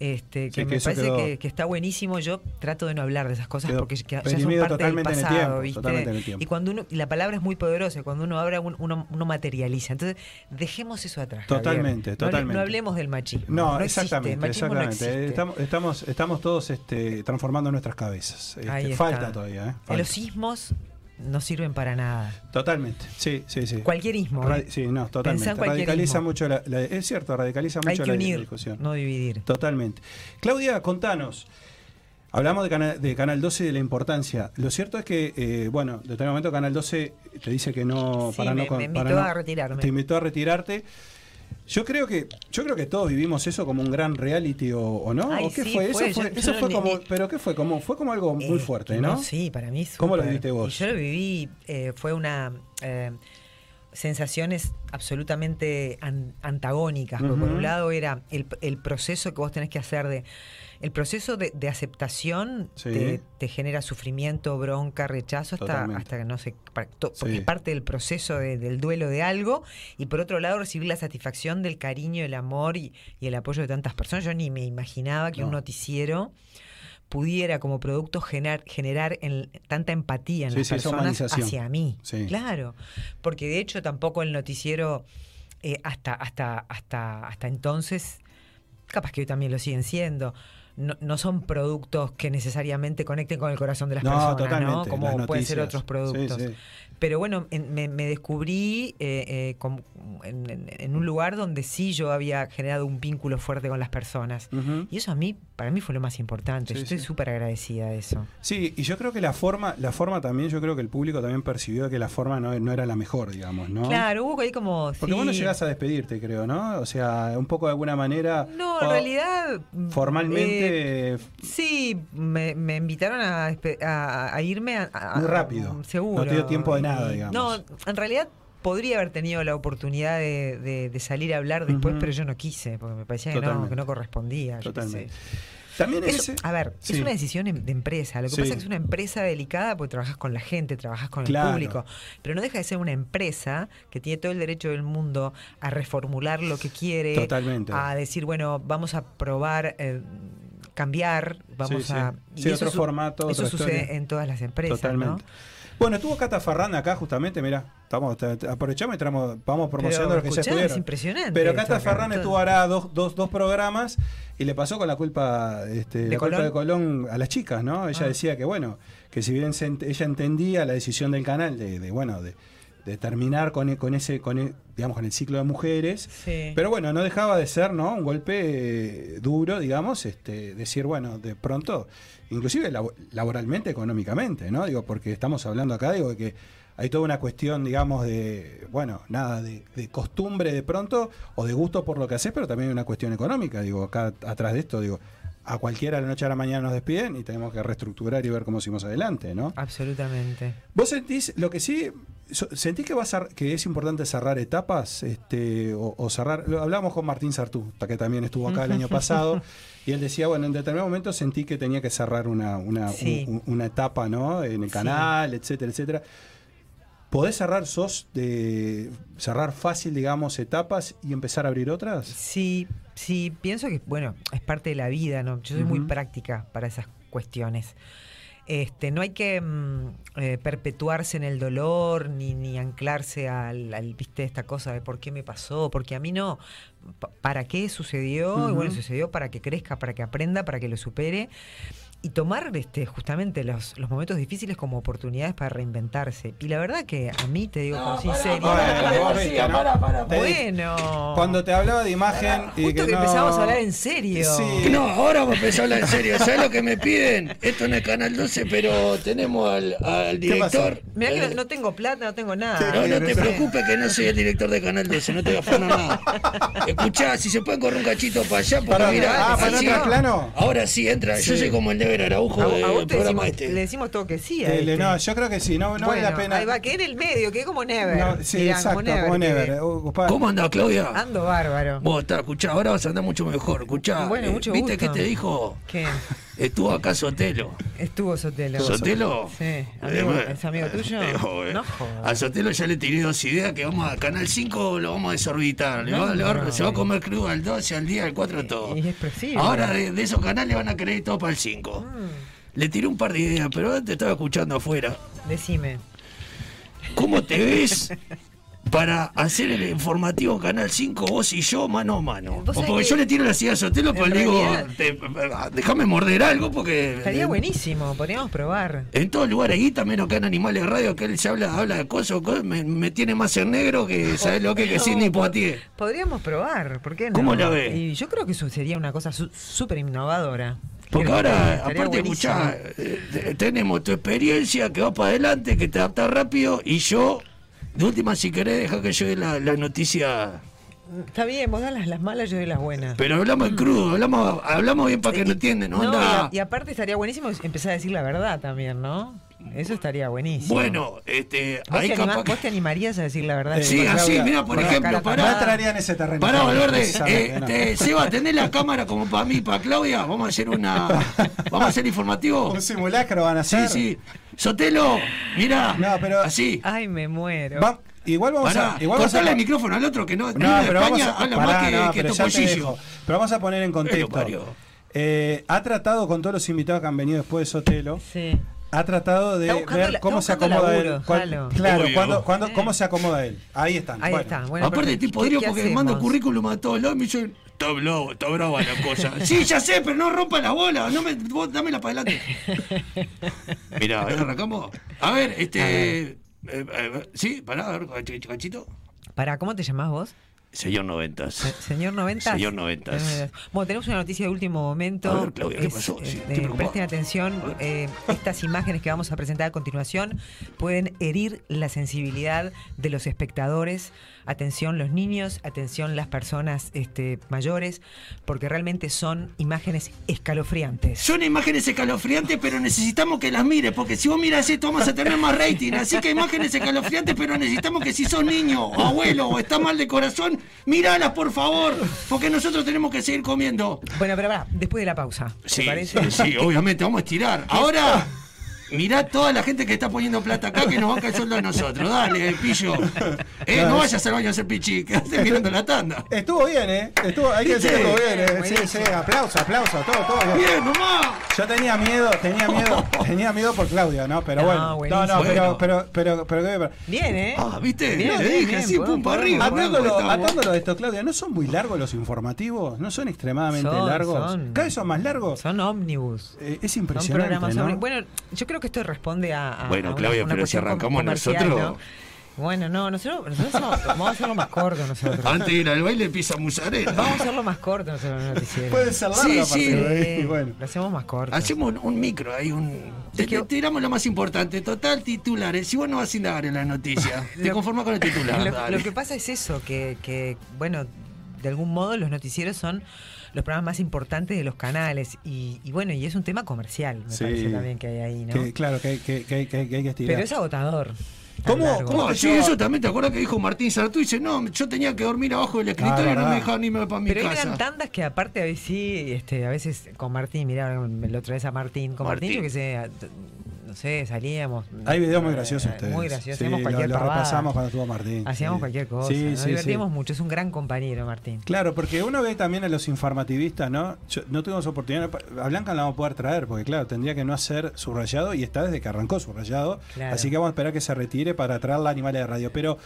E: Este,
D: Sí,
E: que
D: que
E: me
D: eso
E: parece
D: quedó-
E: que, que está buenísimo. Yo trato de no hablar de esas cosas
D: Quedó
E: porque ya ya son
D: perimido
E: parte del
D: totalmente en el
E: pasado,
D: tiempo,
E: ¿viste?
D: totalmente en el tiempo.
E: Y cuando uno, y la palabra es muy poderosa, y cuando uno habla, un- uno, uno materializa. Entonces, dejemos eso atrás. Javier.
D: Totalmente,
E: No hable- No,
D: totalmente.
E: hablemos del machismo.
D: No,
E: existe,
D: exactamente,
E: el machismo no
D: exactamente.
E: existe.
D: Estamos, estamos, estamos todos este, transformando nuestras cabezas. Este,
E: Ahí está.
D: falta todavía, ¿eh? Falta.
E: Los ismos no sirven para nada.
D: Totalmente, sí, sí, sí.
E: Cualquier ismo. ¿eh?
D: Ra- sí, no, totalmente.
E: Pensá en cualquier
D: Radicaliza
E: ismo.
D: mucho la, la- Es cierto, radicaliza
E: Hay
D: mucho
E: que
D: la, la
E: unir,
D: discusión.
E: no dividir.
D: Totalmente. Claudia, contanos. Hablamos de, Cana- de Canal 12 y de la importancia. Lo cierto es que, eh, bueno, de todo momento Canal 12 te dice que no...
E: Sí,
D: no
E: me-
D: con-
E: me invitó
D: no-
E: a retirarme.
D: Te invitó a retirarte. Yo creo que yo creo que todos vivimos eso como un gran reality o, o no.
E: Ay,
D: ¿O qué
E: sí,
D: fue?
E: fue,
D: Eso fue,
E: yo- yo
D: eso
E: no
D: fue
E: ni-
D: como...
E: ni-
D: ¿Pero qué fue? Como, fue como algo muy
E: Eh,
D: fuerte,
E: que
D: ¿no?
E: Sí, para mí
D: ¿Cómo lo
E: súper.
D: viviste vos?
E: Y yo lo viví, eh, fue una eh, sensaciones absolutamente an- antagónicas. porque Por
D: Ujú.
E: un lado era el, el proceso que vos tenés que hacer de el proceso de, de aceptación
D: Sí.
E: te, te genera sufrimiento, bronca, rechazo hasta,
D: Totalmente.
E: hasta que no sé, para- to- porque
D: Sí.
E: es parte del proceso de- del duelo de algo y por otro lado recibir la satisfacción del cariño, el amor y, y el apoyo de tantas personas. Yo ni me imaginaba que
D: No.
E: un noticiero pudiera como producto generar, generar en- tanta empatía en
D: Sí,
E: las
D: sí, esa
E: personas
D: humanización.
E: hacia mí.
D: Sí.
E: Claro, porque de hecho tampoco el noticiero eh, hasta, hasta, hasta, hasta entonces, capaz que hoy también lo siguen siendo. No, no son productos que necesariamente conecten con el corazón de las personas, ¿no? Como
D: las
E: pueden ser
D: noticias.
E: otros productos.
D: Sí, sí.
E: Pero bueno, en- me, me descubrí eh, eh, como- en, en- en un lugar donde sí yo había generado un vínculo fuerte con las personas.
D: Ujú.
E: Y eso a mí, para mí fue lo más importante.
D: Sí,
E: yo estoy
D: sí.
E: súper agradecida de eso.
D: Sí, y yo creo que la forma, la forma también, yo creo que el público también percibió que la forma no, no era la mejor, digamos, ¿no?
E: Claro, hubo ahí como...
D: Porque
E: sí.
D: vos no llegás a despedirte, creo, ¿no? O sea, un poco de alguna manera.
E: No, en
D: o
E: realidad... mm, eh,
D: Formalmente.
E: sí, me, me invitaron a, espe- a- a irme a, a- mm,
D: Muy rápido.
E: Seguro.
D: No te dio tiempo de nada,
E: Y-
D: digamos.
E: No, en realidad podría haber tenido la oportunidad de, de- de salir a hablar después,
D: Ujú.
E: pero yo no quise, porque me parecía que no,
D: Totalmente.
E: que no correspondía. yo qué sé.
D: totalmente. También
E: Eso-
D: ese-
E: a ver,
D: Sí.
E: es una decisión em- de empresa. Lo que
D: Sí.
E: pasa es que es una empresa delicada porque trabajas con la gente, trabajas con
D: Claro.
E: el público. Pero no deja de ser una empresa que tiene todo el derecho del mundo a reformular lo que quiere,
D: Totalmente.
E: eh, a decir, bueno, vamos a probar. eh, cambiar, vamos
D: sí.
E: a... y
D: Sí, otro
E: su-
D: formato,
E: Eso
D: otra
E: sucede
D: historia.
E: en todas las empresas,
D: Totalmente.
E: ¿no?
D: Bueno, estuvo Cata Ferranda acá justamente, mirá. Estamos, te- te- aprovechamos y tramos- vamos promocionando
E: Pero,
D: lo que ya
E: escuchá,
D: estuvieron.
E: es impresionante
D: Pero
E: esto
D: Cata
E: acá,
D: Ferranda
E: todo.
D: estuvo ahora dos, dos, dos programas y le pasó con la culpa, este,
E: ¿De
D: la culpa
E: Colón?
D: de Colón a las chicas, ¿no? Ella
E: Ah.
D: decía que, bueno, que si bien se ent- ella entendía la decisión del canal de, de, bueno, de, de terminar con, e- con ese, con e- digamos, con el ciclo de mujeres.
E: Sí.
D: Pero bueno, no dejaba de ser, ¿no? Un golpe eh, duro, digamos, este, decir, bueno, de pronto, inclusive labo- laboralmente, económicamente, ¿no? Digo, porque estamos hablando acá, digo, de que hay toda una cuestión, digamos, de, bueno, nada, de, de costumbre de pronto, o de gusto por lo que haces, pero también hay una cuestión económica, digo, acá atrás de esto, digo, a cualquiera de la noche a la mañana nos despiden y tenemos que reestructurar y ver cómo seguimos adelante, ¿no?
E: Absolutamente.
D: ¿Vos sentís, lo que sí, so- sentís que, va a cer- que es importante cerrar etapas este, o, o cerrar? Lo hablamos con Martín Sartú, que también estuvo acá el año pasado, y él decía, bueno, en determinado momento sentí que tenía que cerrar una, una,
E: Sí.
D: un- un- una etapa, ¿no? En el
E: Sí.
D: canal, etcétera, etcétera. ¿Podés cerrar SOS, de, cerrar fácil, digamos, etapas y empezar a abrir otras?
E: Sí, sí, pienso que, bueno, es parte de la vida, ¿no? Yo soy muy
D: Ujú.
E: práctica para esas cuestiones. Este, no hay que mm, eh, perpetuarse en el dolor ni, ni anclarse al, al, viste, esta cosa de por qué me pasó, porque a mí no, pa- para qué sucedió, y bueno,
D: Ujú.
E: sucedió para que crezca, para que aprenda, para que lo supere, y tomar este, justamente los, los momentos difíciles como oportunidades para reinventarse. Y la verdad que a mí, te digo con sinceridad,
D: Bueno, vos viste, ¿no? Te dije-
E: bueno.
D: Cuando te hablaba de imagen y
E: Justo que,
D: no-
E: empezamos a hablar en serio.
D: Sí.
G: No, ahora vamos a empezar a hablar en serio. ¿Sabes lo que me piden? Esto no es Canal 12, pero tenemos al, al director.
E: Mirá que
G: Eh,
E: no, no tengo plata, no tengo nada. Este,
G: no, no te
E: sé.
G: preocupes que no soy el director de Canal 12, no te gafano nada. Escuchá, si se pueden correr un cachito para allá, porque
D: Para-
G: mirá,
D: ah, para
G: así-
D: otro plano.
G: Ahora sí entra, yo soy como el Never Araujo
E: A, a
G: del
E: vos te
G: programa
E: decimos,
G: este.
E: le decimos todo que sí. A
D: Tele,
E: este.
D: no, yo creo que sí, no, no vale la
E: Bueno,
D: pena.
E: Ahí va, quedé en el medio, quedé como Never.
D: No, sí,
E: Mirá,
D: exacto, como
E: quedé.
D: Never. Ocupá-
G: ¿Cómo andás, Claudia?
E: Ando bárbaro.
G: Vos está, escuchá, ahora vas a andar mucho mejor, escuchá.
E: Bueno,
G: eh,
E: mucho
G: ¿Viste
E: gusto.
G: que te dijo?
E: ¿Qué?
G: Estuvo acá Sotelo.
E: Estuvo Sotelo.
G: ¿Sotelo?
E: Sí. Amigo,
G: Eh,
E: ¿Es amigo tuyo?
G: eh, joder.
E: No jodas.
G: a Sotelo ya le tiré dos ideas que vamos a Canal 5 lo vamos a desorbitar. Le
E: No,
G: va- le va-
E: no.
G: se va a comer crudo al 12, al 10, al 4, todo.
E: Y es posible.
G: Ahora de, de esos canales van a querer ir todo para el 5.
E: Ah.
G: Le tiré un par de ideas, pero te estaba escuchando afuera.
E: Decime.
G: ¿Cómo te ves para hacer el informativo Canal 5 vos y yo mano a mano?
E: Vos
G: O
E: sabés
G: porque
E: que-
G: yo le tiro la silla a Sotelo, pero
E: en
G: le digo,
E: realidad-
G: te- ah, déjame morder algo porque...
E: Estaría
G: eh,
E: buenísimo, podríamos probar.
G: En todos lugares, guita, menos que en Animales Radio, que él se habla, habla de cosas, cosas, me, me tiene más en negro que, ¿sabes lo que? Que Sidney Poitier.
E: Podríamos probar, ¿por qué no?
G: ¿Cómo la ves?
E: Y yo creo que eso sería una cosa su- súper innovadora.
G: Porque
E: Creo que
G: ahora,
E: estaría
G: aparte,
E: buenísimo.
G: escuchá, eh, te- tenemos tu experiencia que va para adelante, que te adaptas rápido, y yo, de última, si querés, deja que yo dé la, la noticia.
E: Está bien, vos das las, las malas, yo doy las buenas.
G: Pero hablamos en crudo, hablamos, hablamos bien para que no entiendan,
E: No, y,
G: onda.
E: a- y aparte estaría buenísimo empezar a decir la verdad también, ¿no? Eso estaría buenísimo.
G: Bueno, este,
E: ¿Vos,
G: ahí
E: te animás-
G: capaz que-
E: vos te animarías a decir la verdad?
D: Eh,
G: Sí,
D: Claudia,
G: así, mira, por
E: con la
G: ejemplo,
E: cara
D: No
G: para.
D: entraría en ese terreno.
G: Pará, Valverde,
D: Sabe
G: eh,
D: que no.
G: te- Seba, tenés la cámara como para mí, para Claudia. Vamos a hacer una. Vamos a hacer informativo.
D: Un simulacro van a
G: Sí,
D: hacer.
G: sí. Sotelo, mirá.
D: No, pero-
G: Así.
E: Ay, me muero.
D: Va- igual vamos
G: Pará,
D: a. Igual vamos a-
G: cortale el micrófono al otro que no.
D: No,
G: de
D: pero vamos
G: España
D: a,
G: habla
D: pará,
G: más que,
D: no,
G: que
D: pero ya te
G: Topollillo.
D: dejo. Pero vamos a poner en
G: parió.
D: contexto. Eh, ha tratado con todos los invitados que han venido después de Sotelo,
E: Sí.
D: ha tratado de
E: Está buscando
D: ver
E: la-
D: cómo se
E: está buscando
D: acomoda
E: laburo,
D: él. cuál-
E: jalo. Eh.
D: claro,
G: Obvio.
D: cuándo- cuándo- cómo se acomoda él. Ahí están.
E: Ahí
D: bueno.
E: está. Bueno,
G: Aparte,
E: perfecto.
G: estoy
E: ¿Qué-
G: podrido
E: qué
G: porque
E: hacemos?
G: mando currículum a todos lados y me dicen. Está bravo, está brava la cosa. sí, ya sé, pero no rompa la bola. No me, vos dámela para adelante. Mirá, ahora arrancamos. A ver, este. eh, eh, sí, pará, a ver, cach- cachito.
E: Pará, ¿cómo te llamás vos?
G: Señor Noventas.
E: Se- Señor Noventas.
G: Señor Noventas.
E: Eh, Bueno, tenemos una noticia de último momento.
G: A ver, Claudia, ¿qué pasó? Sí,
E: eh,
G: estoy preocupado.
E: presten atención,
G: A ver.
E: eh, estas imágenes que vamos a presentar a continuación pueden herir la sensibilidad de los espectadores. Atención los niños, atención las personas este, mayores, porque realmente son imágenes escalofriantes.
G: Son imágenes escalofriantes, pero necesitamos que las mires, porque si vos miras esto vamos a tener más rating. Así que imágenes escalofriantes, pero necesitamos que si sos niño o abuelo o está mal de corazón, míralas por favor, porque nosotros tenemos que seguir comiendo.
E: Bueno, pero pará, después de la pausa. ¿te
G: Sí,
E: parece?
G: sí, sí, obviamente, vamos a estirar. Ahora, mirá toda la gente que está poniendo plata acá que nos banca el sueldo a nosotros. Dale, pillo. Eh, no vayas al baño a hacer pichi, quedaste mirando la tanda.
D: Estuvo bien, ¿eh? Estuvo, hay que
G: Sí,
D: decir que estuvo bien, ¿eh? Sí,
E: buenísimo.
D: sí, aplauso, aplauso, todo, todo.
G: Bien, nomás.
D: Yo tenía miedo, tenía miedo, tenía miedo por Claudio, ¿no? Pero
E: No,
D: bueno.
E: buenísimo.
D: No, no, pero,
G: Bueno.
D: pero, pero, pero, pero-
E: Bien, ¿eh?
G: Ah, ¿viste?
E: Bien,
G: Le
E: bien,
G: dije,
E: bien,
G: así, pum,
E: podemos,
G: para arriba.
E: podemos,
G: Bueno,
D: Atándolo,
G: estamos.
D: atándolo de esto, Claudia, ¿no son muy largos los informativos? ¿No son extremadamente
E: Son,
D: largos?
E: son.
D: Cada vez son más largos.
E: Son ómnibus.
D: Eh, es
E: Son
D: impresionante,
E: programas
D: ¿no?
E: sobre- Bueno, yo creo que esto responde a. a-
G: Bueno,
E: a una-
G: Claudia,
E: una
G: pero si
E: cuestión com-
G: arrancamos
E: comercial,
G: nosotros-
E: ¿no? Bueno, no, nosotros, nosotros somos- vamos a hacerlo más corto nosotros.
G: Antes de ir al baile pisa musarela.
E: Vamos a hacerlo más corto nosotros en el noticiero.
D: Puede ser largo,
G: Sí,
D: aparte,
G: sí.
D: ¿eh?
E: Eh,
D: Y bueno.
E: Lo hacemos más corto.
G: Hacemos un, un micro, hay un. Te,
E: que-
G: te tiramos lo más importante, total titulares. Si vos no vas a indagar en la noticia, te
E: Lo-
G: conformas con el titular.
E: Eh, Lo,
G: dale.
E: lo que pasa es eso, que, que, bueno, de algún modo los noticieros son los programas más importantes de los canales. Y, y bueno, y es un tema comercial, me
D: Sí.
E: parece también que hay ahí, ¿no?
D: Que, claro, que, que, que, que- que hay que estirar.
E: Pero es agotador. tan
D: ¿Cómo-
E: largo.
D: cómo
G: No, sí, eso también te acuerdas que dijo Martín Sartú. Dice, no, yo tenía que dormir abajo del escritorio y no
D: verdad.
G: me dejaban irme para mi
E: Ah, Pero
G: casa.
E: eran tandas que aparte a veces sí, este, a veces con Martín, mirá, la otra vez a Martín, con Martín, yo
G: Martín.
E: que sé, a- no sé, salíamos.
D: Hay videos muy
E: eh,
D: graciosos ustedes.
E: Muy graciosos,
D: Sí,
E: hacíamos
D: lo-
E: cualquier
D: lo,
E: pavada.
D: repasamos cuando estuvo Martín.
E: Hacíamos
D: Sí.
E: cualquier cosa,
D: Sí,
E: nos
D: sí, sí.
E: divertíamos mucho, es un gran compañero Martín.
D: Claro, porque uno ve también a los informativistas, ¿no? Yo- no tuvimos oportunidad. A Blanca la vamos a poder traer, porque claro, tendría que no hacer subrayado y está desde que arrancó subrayado.
E: Claro.
D: Así que vamos a esperar que se retire para traerla a animales de radio. Pero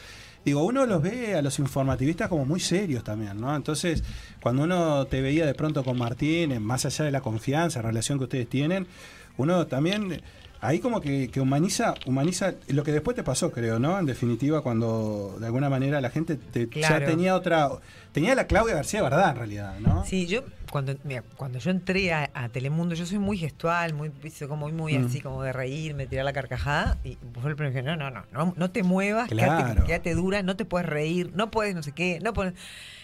D: digo, uno los ve a los informativistas como muy serios también, ¿no? Entonces, cuando uno te veía de pronto con Martín, en- más allá de la confianza, relación que ustedes tienen, uno también. Ahí como que, que humaniza, humaniza lo que después te pasó, creo, ¿no? En definitiva, cuando de alguna manera la gente te,
E: Claro.
D: ya tenía otra. Tenía la Claudia García verdad en realidad, ¿no?
E: Sí, yo cuando mira, cuando yo entré a, a Telemundo, yo soy muy gestual, muy viste, como muy,
D: Mm.
E: muy así como de reírme, tirar la carcajada y fue el primero que no, no, no, no, no te muevas,
D: Claro.
E: quédate, quédate dura, no te puedes reír, no puedes no sé qué, no puedes.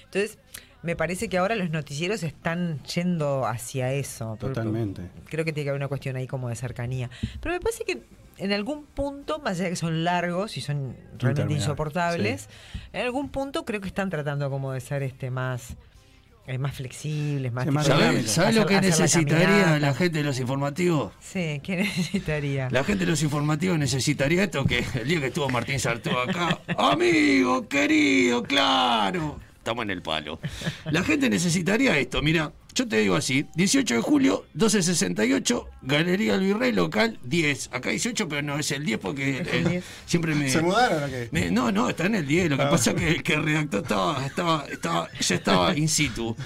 E: Entonces, me parece que ahora los noticieros están yendo hacia eso. por- por-
D: Totalmente.
E: creo que tiene que haber una cuestión ahí como de cercanía. Pero me parece que en algún punto, más allá de que son largos y son realmente
D: Interminable,
E: insoportables, en algún punto creo que están tratando como de ser este más eh, más flexibles, más...
D: Sí, más
E: tipo,
D: dinámico.
G: ¿Sabés, sabés lo
E: hacer-
G: que
E: hacer la
G: necesitaría
E: caminata.
G: la gente de los informativos?
E: Sí, ¿qué necesitaría?
G: La gente de los informativos necesitaría esto que el día que estuvo Martín Sartó acá. Amigo, querido, claro. Estamos en el palo. La gente necesitaría esto. Mira, yo te digo así. 18 de julio, 1268, Galería El Virrey, local 10. Acá 18, pero no es el 10 porque
E: Es el
G: eh,
E: 10.
G: siempre me...
D: ¿Se mudaron o qué?
G: Me- Eh, no, no, está en el 10. Lo que pasa es que el que redactó estaba, estaba, estaba, ya estaba in situ.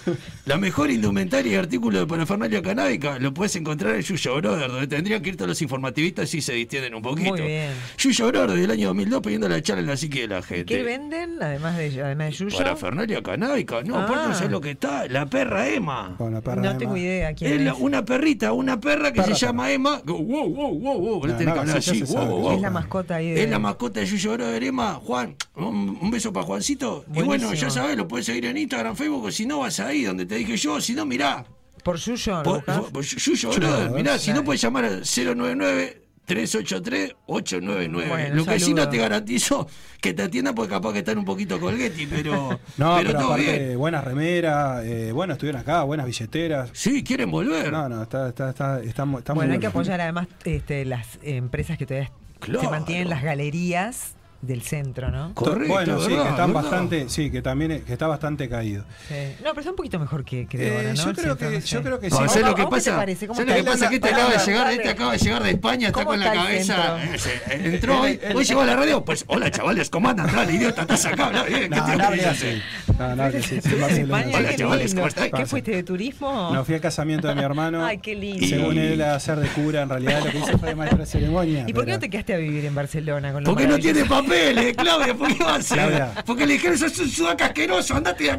G: La mejor indumentaria y artículo de parafernalia canábica lo puedes encontrar en Yuya Brother, donde tendrían que ir todos los informativistas si se distienden un poquito.
E: Muy bien.
G: Yuya Brother del año 2002 pidiendo la charla en la psique de la gente.
E: ¿Qué venden, además de, además de Yuyo?
G: Parafernalia canábica. No,
E: Ah.
G: aparte no sé lo que está. La perra Emma.
D: Con la perra
E: No
D: de
E: tengo
D: Ma-
E: idea
G: Es
E: quién
G: la-
E: es.
G: una perrita, una perra que
D: Perra,
G: se llama Emma. Wow, wow, wow, wow.
D: No,
G: tenés
D: no,
G: que hablar
D: sí, ya
G: así.
D: se
G: Wow,
D: sabe.
G: wow, wow.
E: Es la mascota ahí de...
G: Es la mascota de Yuyo Oro de Emma. Juan, un, un beso para Juancito. Y
E: Buenísimo.
G: bueno, ya sabes, lo puedes seguir en Instagram, Facebook, o si no vas ahí donde te dije yo, si no, mirá.
E: Por Yuyo, ¿lo
G: Po-
E: buscas?
G: po- po- Yuyo Oro, mirá, si no puedes llamar al 099. 383-899.
E: Bueno,
G: Lo que sí
E: saludo.
G: no te garantizo que te atiendan porque capaz que están un poquito colguetti, pero,
D: No, pero,
G: todo
D: aparte,
G: bien.
D: buenas remeras, eh, bueno, estuvieron acá, buenas billeteras.
G: Sí, quieren volver.
D: No, no, está, está, está, está mu- está muy
E: bueno, hay que apoyar además este, las eh, empresas que todavía
G: Claro.
E: se mantienen las galerías del centro, ¿no?
D: To-
G: Correcto,
D: bueno, sí,
G: ¿verdad?
D: que están
G: ¿verdad?
D: bastante, sí, que también eh, que está bastante caído.
E: Sí. No, pero está un poquito mejor que, que de
D: Eh,
E: ahora, ¿no?
D: yo, creo
E: El centro,
D: que,
E: no sé.
D: yo creo que sí.
G: No, ¿sabes
E: ¿Cómo-
G: lo que
E: cómo te
G: pasa?
E: parece? ¿Cómo
G: ¿Sabes lo que
E: está?
G: pasa? Que este acaba de
E: Hola,
G: llegar,
E: tarde.
G: este acaba de llegar de España, está
E: ¿Cómo
G: con la
E: está el
G: cabeza.
E: centro?
G: eh, se- Entró hoy,
D: El- el-
G: hoy llegó a la radio. Pues, hola chavales, ¿cómo andan? Dale, idiota, estás acá. bla, eh, ¿qué
D: No,
G: te
D: no
G: voy
D: hable
G: a
D: así.
G: hacer?
D: No, no hable así. sí,
E: Estás en
D: Barcelona.
E: España,
G: Hola,
E: qué
G: chavales,
E: lindo.
G: ¿cómo están?
E: ¿Qué fuiste de turismo?
D: No, fui al casamiento de mi hermano.
E: Ay, qué lindo.
D: Según él, a hacer de cura, en realidad lo que hizo fue de maestra de ceremonia.
E: ¿Y por
D: pero-
E: qué no te quedaste a vivir en Barcelona con lo
G: ¿Por qué no
E: maravilloso?
G: tiene papeles, Claudia? ¿Por qué va a
D: Claudia.
G: hacer? Porque le dijeron, sos un sudaca asqueroso, andate de acá.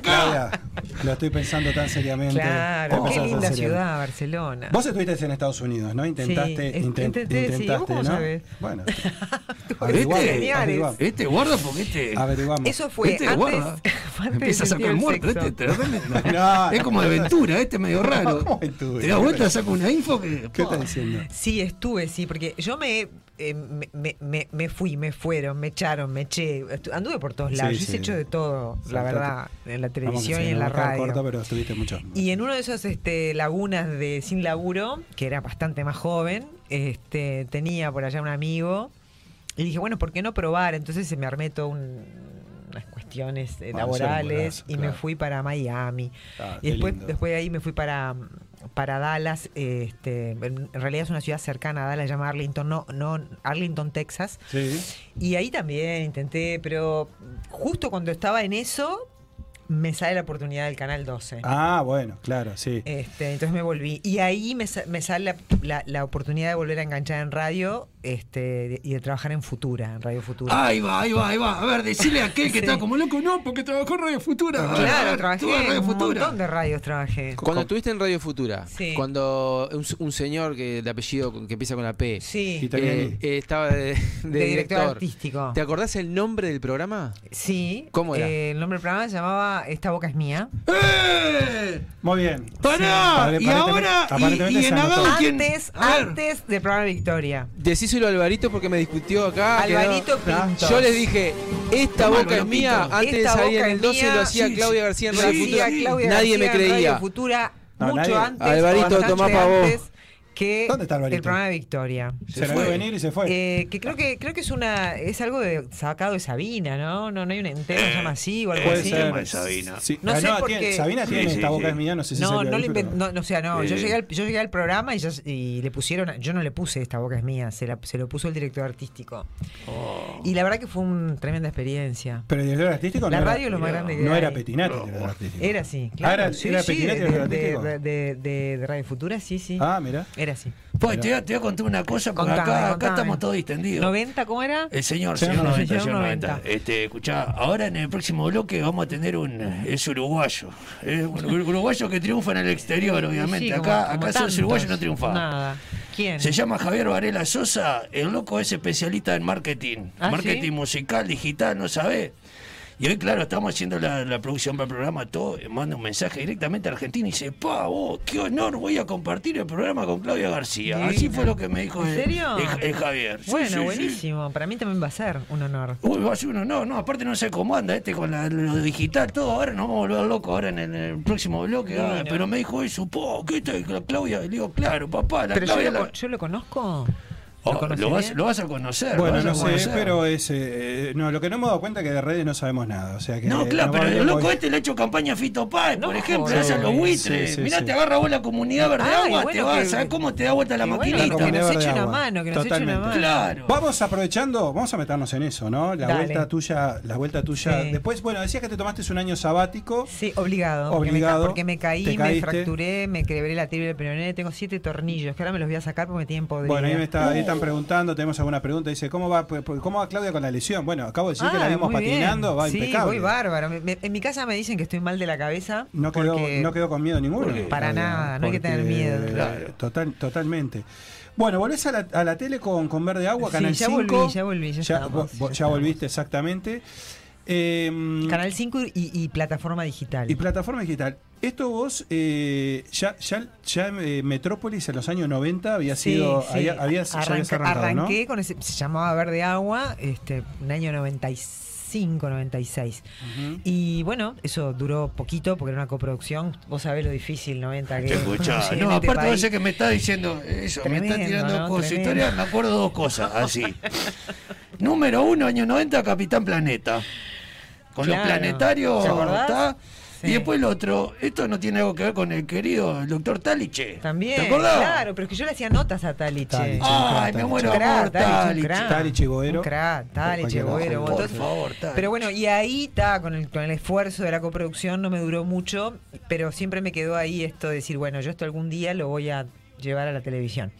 D: Claro, lo estoy pensando tan seriamente.
E: Claro,
D: Estoy pensando
E: qué
D: tan
E: linda
D: seriamente.
E: ciudad, Barcelona.
D: Vos estuviste en Estados Unidos, ¿no? Intentaste,
E: Sí, es-
D: inten-
E: intenté, sí. ¿Vos
D: intentaste,
E: cómo
D: ¿no?
E: sabés?
D: Bueno,
G: Averiguá,
E: geniales.
D: averiguá.
G: Este guarda porque este.
D: averiguamos.
E: Eso fue
G: este
E: antes,
G: guarda.
E: fue antes
G: Empieza a
E: del
G: sacar el
E: sentido del
G: muerto. Este,
E: sexo.
G: tremendo.
D: No,
G: es como de aventura, este es medio raro.
D: ¿Cómo aventura?
G: Te das vuelta, saca una info que.
D: ¿Qué
G: pa.
D: estás diciendo?
E: Sí, estuve, sí, porque yo me, eh, me, me- me- me fui, me fueron, me echaron, me eché. Estu- Anduve por todos lados.
D: Sí,
E: yo
D: sí.
E: hice hecho de todo, la
D: Saltate.
E: verdad, en la
D: Vamos, que
E: televisión
D: se
E: y en
D: nos va
E: la
D: a quedar
E: radio.
D: corto, pero estuviste mucho.
E: Y en uno de esos este, lagunas de sin laburo, que era bastante más joven, este, tenía por allá un amigo y dije, bueno, ¿por qué no probar? Entonces se me armé todo un- unas cuestiones eh,
D: Ah,
E: laborales
D: eso era un golazo,
E: y
D: claro.
E: me fui para Miami.
D: Ah, qué
E: y después,
D: lindo.
E: después de ahí me fui para para Dallas, este, en realidad es una ciudad cercana a Dallas, se llama Arlington, no, no Arlington, Texas,
D: Sí.
E: y ahí también intenté, pero justo cuando estaba en eso, me sale la oportunidad del Canal 12.
D: Ah, bueno, claro, sí.
E: Este, entonces me volví. Y ahí me, sa- me sale la, la- la oportunidad de volver a enganchar en radio este, de- y de trabajar en Futura, en Radio Futura.
G: Ahí va, ahí va, ahí va. A ver, decirle a aquel que
E: Sí.
G: está como loco, no, porque trabajó en Radio Futura. A ver, a
E: claro,
G: ver,
E: trabajé
G: estuvo en Radio
E: en un
G: Futura.
E: montón de radios trabajé.
F: Cuando estuviste en Radio Futura,
E: Sí.
F: cuando un, un señor que de apellido con- que empieza con la P
E: Sí,
D: Quita- Italiani.
F: eh, eh, estaba de, de
E: de director artístico.
F: ¿Te acordás el nombre del programa?
E: Sí.
F: ¿Cómo era?
E: eh, el nombre del programa se llamaba Esta boca es mía.
G: ¡Eh!
D: Muy bien.
G: ¡Pará!
D: Apare-
G: y ahora,
D: aparentemente-
G: y, y
D: aparentemente se
G: en
D: anotó.
G: Agado, Ah, ¿quién?
E: Antes,
G: A ver.
E: antes del programa Victoria.
F: Decíselo a Alvarito porque me discutió acá. que no-
E: Alvarito Pinto.
F: Yo les dije, esta
G: Tomalo,
F: boca es
G: Pinto.
F: mía. Antes de
E: Esta
F: salir en
E: boca
F: el
E: es
F: 12 lo
E: mía.
F: hacía
G: Sí,
F: Claudia
G: sí.
F: García en
G: Sí,
F: Radio
E: Hacía
F: Futura.
G: sí.
E: Claudia
F: Nadie
E: García
F: me
E: en Radio
F: creía.
E: Futura
D: No,
E: mucho
D: nadie.
E: antes.
F: Alvarito,
E: bastante
F: tomá pa' vos.
E: antes, que
D: ¿Dónde está Alvarito?
E: el programa de Victoria.
D: Se lo
G: fue.
D: vio venir y se fue.
E: Eh, que creo que creo que es una es algo de, sacado de Sabina, ¿no? No, no hay un entero que se llama así o algo
G: Puede
E: así.
G: ser. tema de Sabina.
D: Sí,
E: No
D: ah,
E: sé por
D: tiene-
E: qué-
D: Sabina
G: Sí,
D: tiene
G: sí,
D: esta boca
G: sí.
D: es mía, no sé si
E: No,
D: se lo
E: no,
D: vi,
E: lo
D: pero- Eh.
E: invent- no, no, o sea, no, yo
G: Sí.
E: llegué, al, yo llegué al programa y, ya- y le pusieron, yo no le puse esta boca es mía, se, la- se lo puso el director artístico.
D: Oh.
E: Y la verdad que fue una tremenda experiencia.
D: Pero el director artístico
E: La
D: no
E: radio es
D: era,
E: lo más grande que
D: no
E: hay.
D: era Petinati, el director artístico.
E: Era así,
D: Ah,
E: claro.
D: era-
E: sí,
D: era
E: sí,
D: Petinati
E: de,
D: el
E: de-
D: artístico.
E: de- de- de- de Radio Futura, sí, sí.
D: Ah, mirá.
E: Era así.
G: Pues te, voy a- te voy a contar una cosa, porque
E: Contame,
G: acá, acá
E: contame.
G: estamos todos distendidos. Eh,
E: ¿90 cómo era?
G: El señor,
D: Señor
G: señor,
E: 90,
G: 90, señor 90.
E: 90.
G: Este, escuchá, ahora en el próximo bloque vamos a tener un. Es uruguayo. Es un uruguayo que triunfa en el exterior, obviamente.
E: Sí, como-
G: acá
E: como
G: acá sos
E: tantos.
G: uruguayo y no triunfa.
E: Nada. ¿Quién?
G: Se llama Javier Varela Sosa, el loco es especialista en marketing,
E: ¿Ah,
G: marketing
E: sí?
G: musical, digital, no sabe. Y hoy, claro, estamos haciendo la, la producción para el programa, todo, eh, manda un mensaje directamente a Argentina y dice, pa, vos, qué honor, voy a compartir el programa con Claudia García.
E: Divino.
G: Así fue lo que me dijo
E: ¿En
G: el,
E: serio?
G: el- el Javier. Sí,
E: Bueno,
G: sí, sí.
E: buenísimo. Para mí también va a ser un honor.
G: Uy, va a ser uno, no, no, aparte no sé cómo anda este con la- lo digital, todo, ahora nos vamos a volver locos ahora en el, en el próximo bloque, ah,
E: Bueno.
G: pero me dijo eso, po, ¿qué tal la Claudia? Le digo, claro, papá, la
E: Pero yo
G: Claudia...
E: lo,
G: la-
E: con- yo lo conozco.
G: Oh, ¿Lo,
E: conoceré?
G: vas, lo vas a conocer. lo
D: Bueno,
G: vas a
D: no sé,
G: conocer.
D: pero es, eh, no, lo que no hemos dado cuenta es que de redes no sabemos nada. O sea que
G: No,
D: eh,
G: claro, pero
D: vamos a
G: el loco
D: poder-
G: este le ha hecho campaña a Fito Páez, por
E: No,
G: ejemplo,
E: joder.
G: le hacen los buitres.
D: Sí, sí,
G: Mirá,
D: sí.
G: te agarra vos la comunidad verde
E: Ay,
G: agua, te
E: bueno,
G: vas,
E: que-
G: ¿sabés cómo te da vuelta la
E: Y bueno,
G: maquinita?
E: que nos
D: Verde
E: eche una
D: agua.
E: mano, que nos eche una
D: Totalmente.
E: mano.
G: Claro.
D: Vamos aprovechando, vamos a meternos en eso, ¿no? La
E: Dale.
D: vuelta tuya, la vuelta tuya.
E: Sí.
D: Después, bueno, decías que te tomaste un año sabático.
E: Sí, obligado. porque me ca-
D: Obligado.
E: Porque me,
D: Te
E: caí, me
D: caíste.
E: fracturé, me quebré la tibia del peroné. Tengo siete tornillos, que ahora me los voy a sacar porque me tienen podrida.
D: Bueno, ahí me está, ahí están preguntando, tenemos alguna pregunta. Dice, ¿cómo va, pues, cómo va Claudia con la lesión? Bueno, acabo de decir que la
E: Ah,
D: vimos
E: muy bien.
D: patinando, va
E: sí,
D: impecable.
E: voy bárbaro. Me- me- en mi casa me dicen que estoy mal de la cabeza.
D: No quedó,
E: porque-
D: no quedó con miedo ninguno.
E: Para
D: Claudia,
E: nada, no hay que
D: porque,
E: tener miedo.
D: eh,
G: Claro.
D: total- totalmente. Bueno, volvés a la, a la tele con, con Verde Agua,
E: Sí,
D: Canal
E: ya
D: 5.
E: volví, ya volví, ya
D: vo-
E: estábamos,
D: vo-
E: ya
D: ya volviste, exactamente. Eh,
E: Canal 5 y, y plataforma digital.
D: y plataforma digital. Esto vos, eh, ya, ya, ya eh, Metrópolis en los años 90 había
E: Sí,
D: sido,
E: sí.
D: había, habías- ya habías
E: Arranca-
D: arrancado, ¿no?
E: arranqué con ese, se llamaba Verde Agua, este, un año 95, 96.
D: Ujú.
E: Y bueno, eso duró poquito porque era una coproducción. Vos sabés lo difícil, 90 que
G: Te ¿eh? escuchá.
E: en
G: No,
E: este
G: aparte
E: país.
G: vos sé que me está diciendo eso, me
E: Tremendo,
G: está tirando
E: ¿no?
G: cosas.
E: Tremendo.
G: Historia, me acuerdo dos cosas, así. Número uno, año 90, Capitán Planeta. Con
E: Claro.
G: los planetarios,
E: ¿Te acordás?
G: ¿tá?
E: Sí.
G: Y después el otro, esto no tiene algo que ver con el querido, el doctor Taliche.
E: También,
G: ¿Te acordás?
E: claro, pero es que yo le hacía notas a Taliche.
D: Taliche.
G: Ay, me muero de amor, Taliche.
D: Taliche, Boero.
E: Taliche,
D: Cualquiera.
E: Boero,
G: Por
E: entonces-
G: favor, Taliche.
E: Pero bueno, y ahí está, con el, con el esfuerzo de la coproducción no me duró mucho, pero siempre me quedó ahí esto de decir, bueno, yo esto algún día lo voy a llevar a la televisión.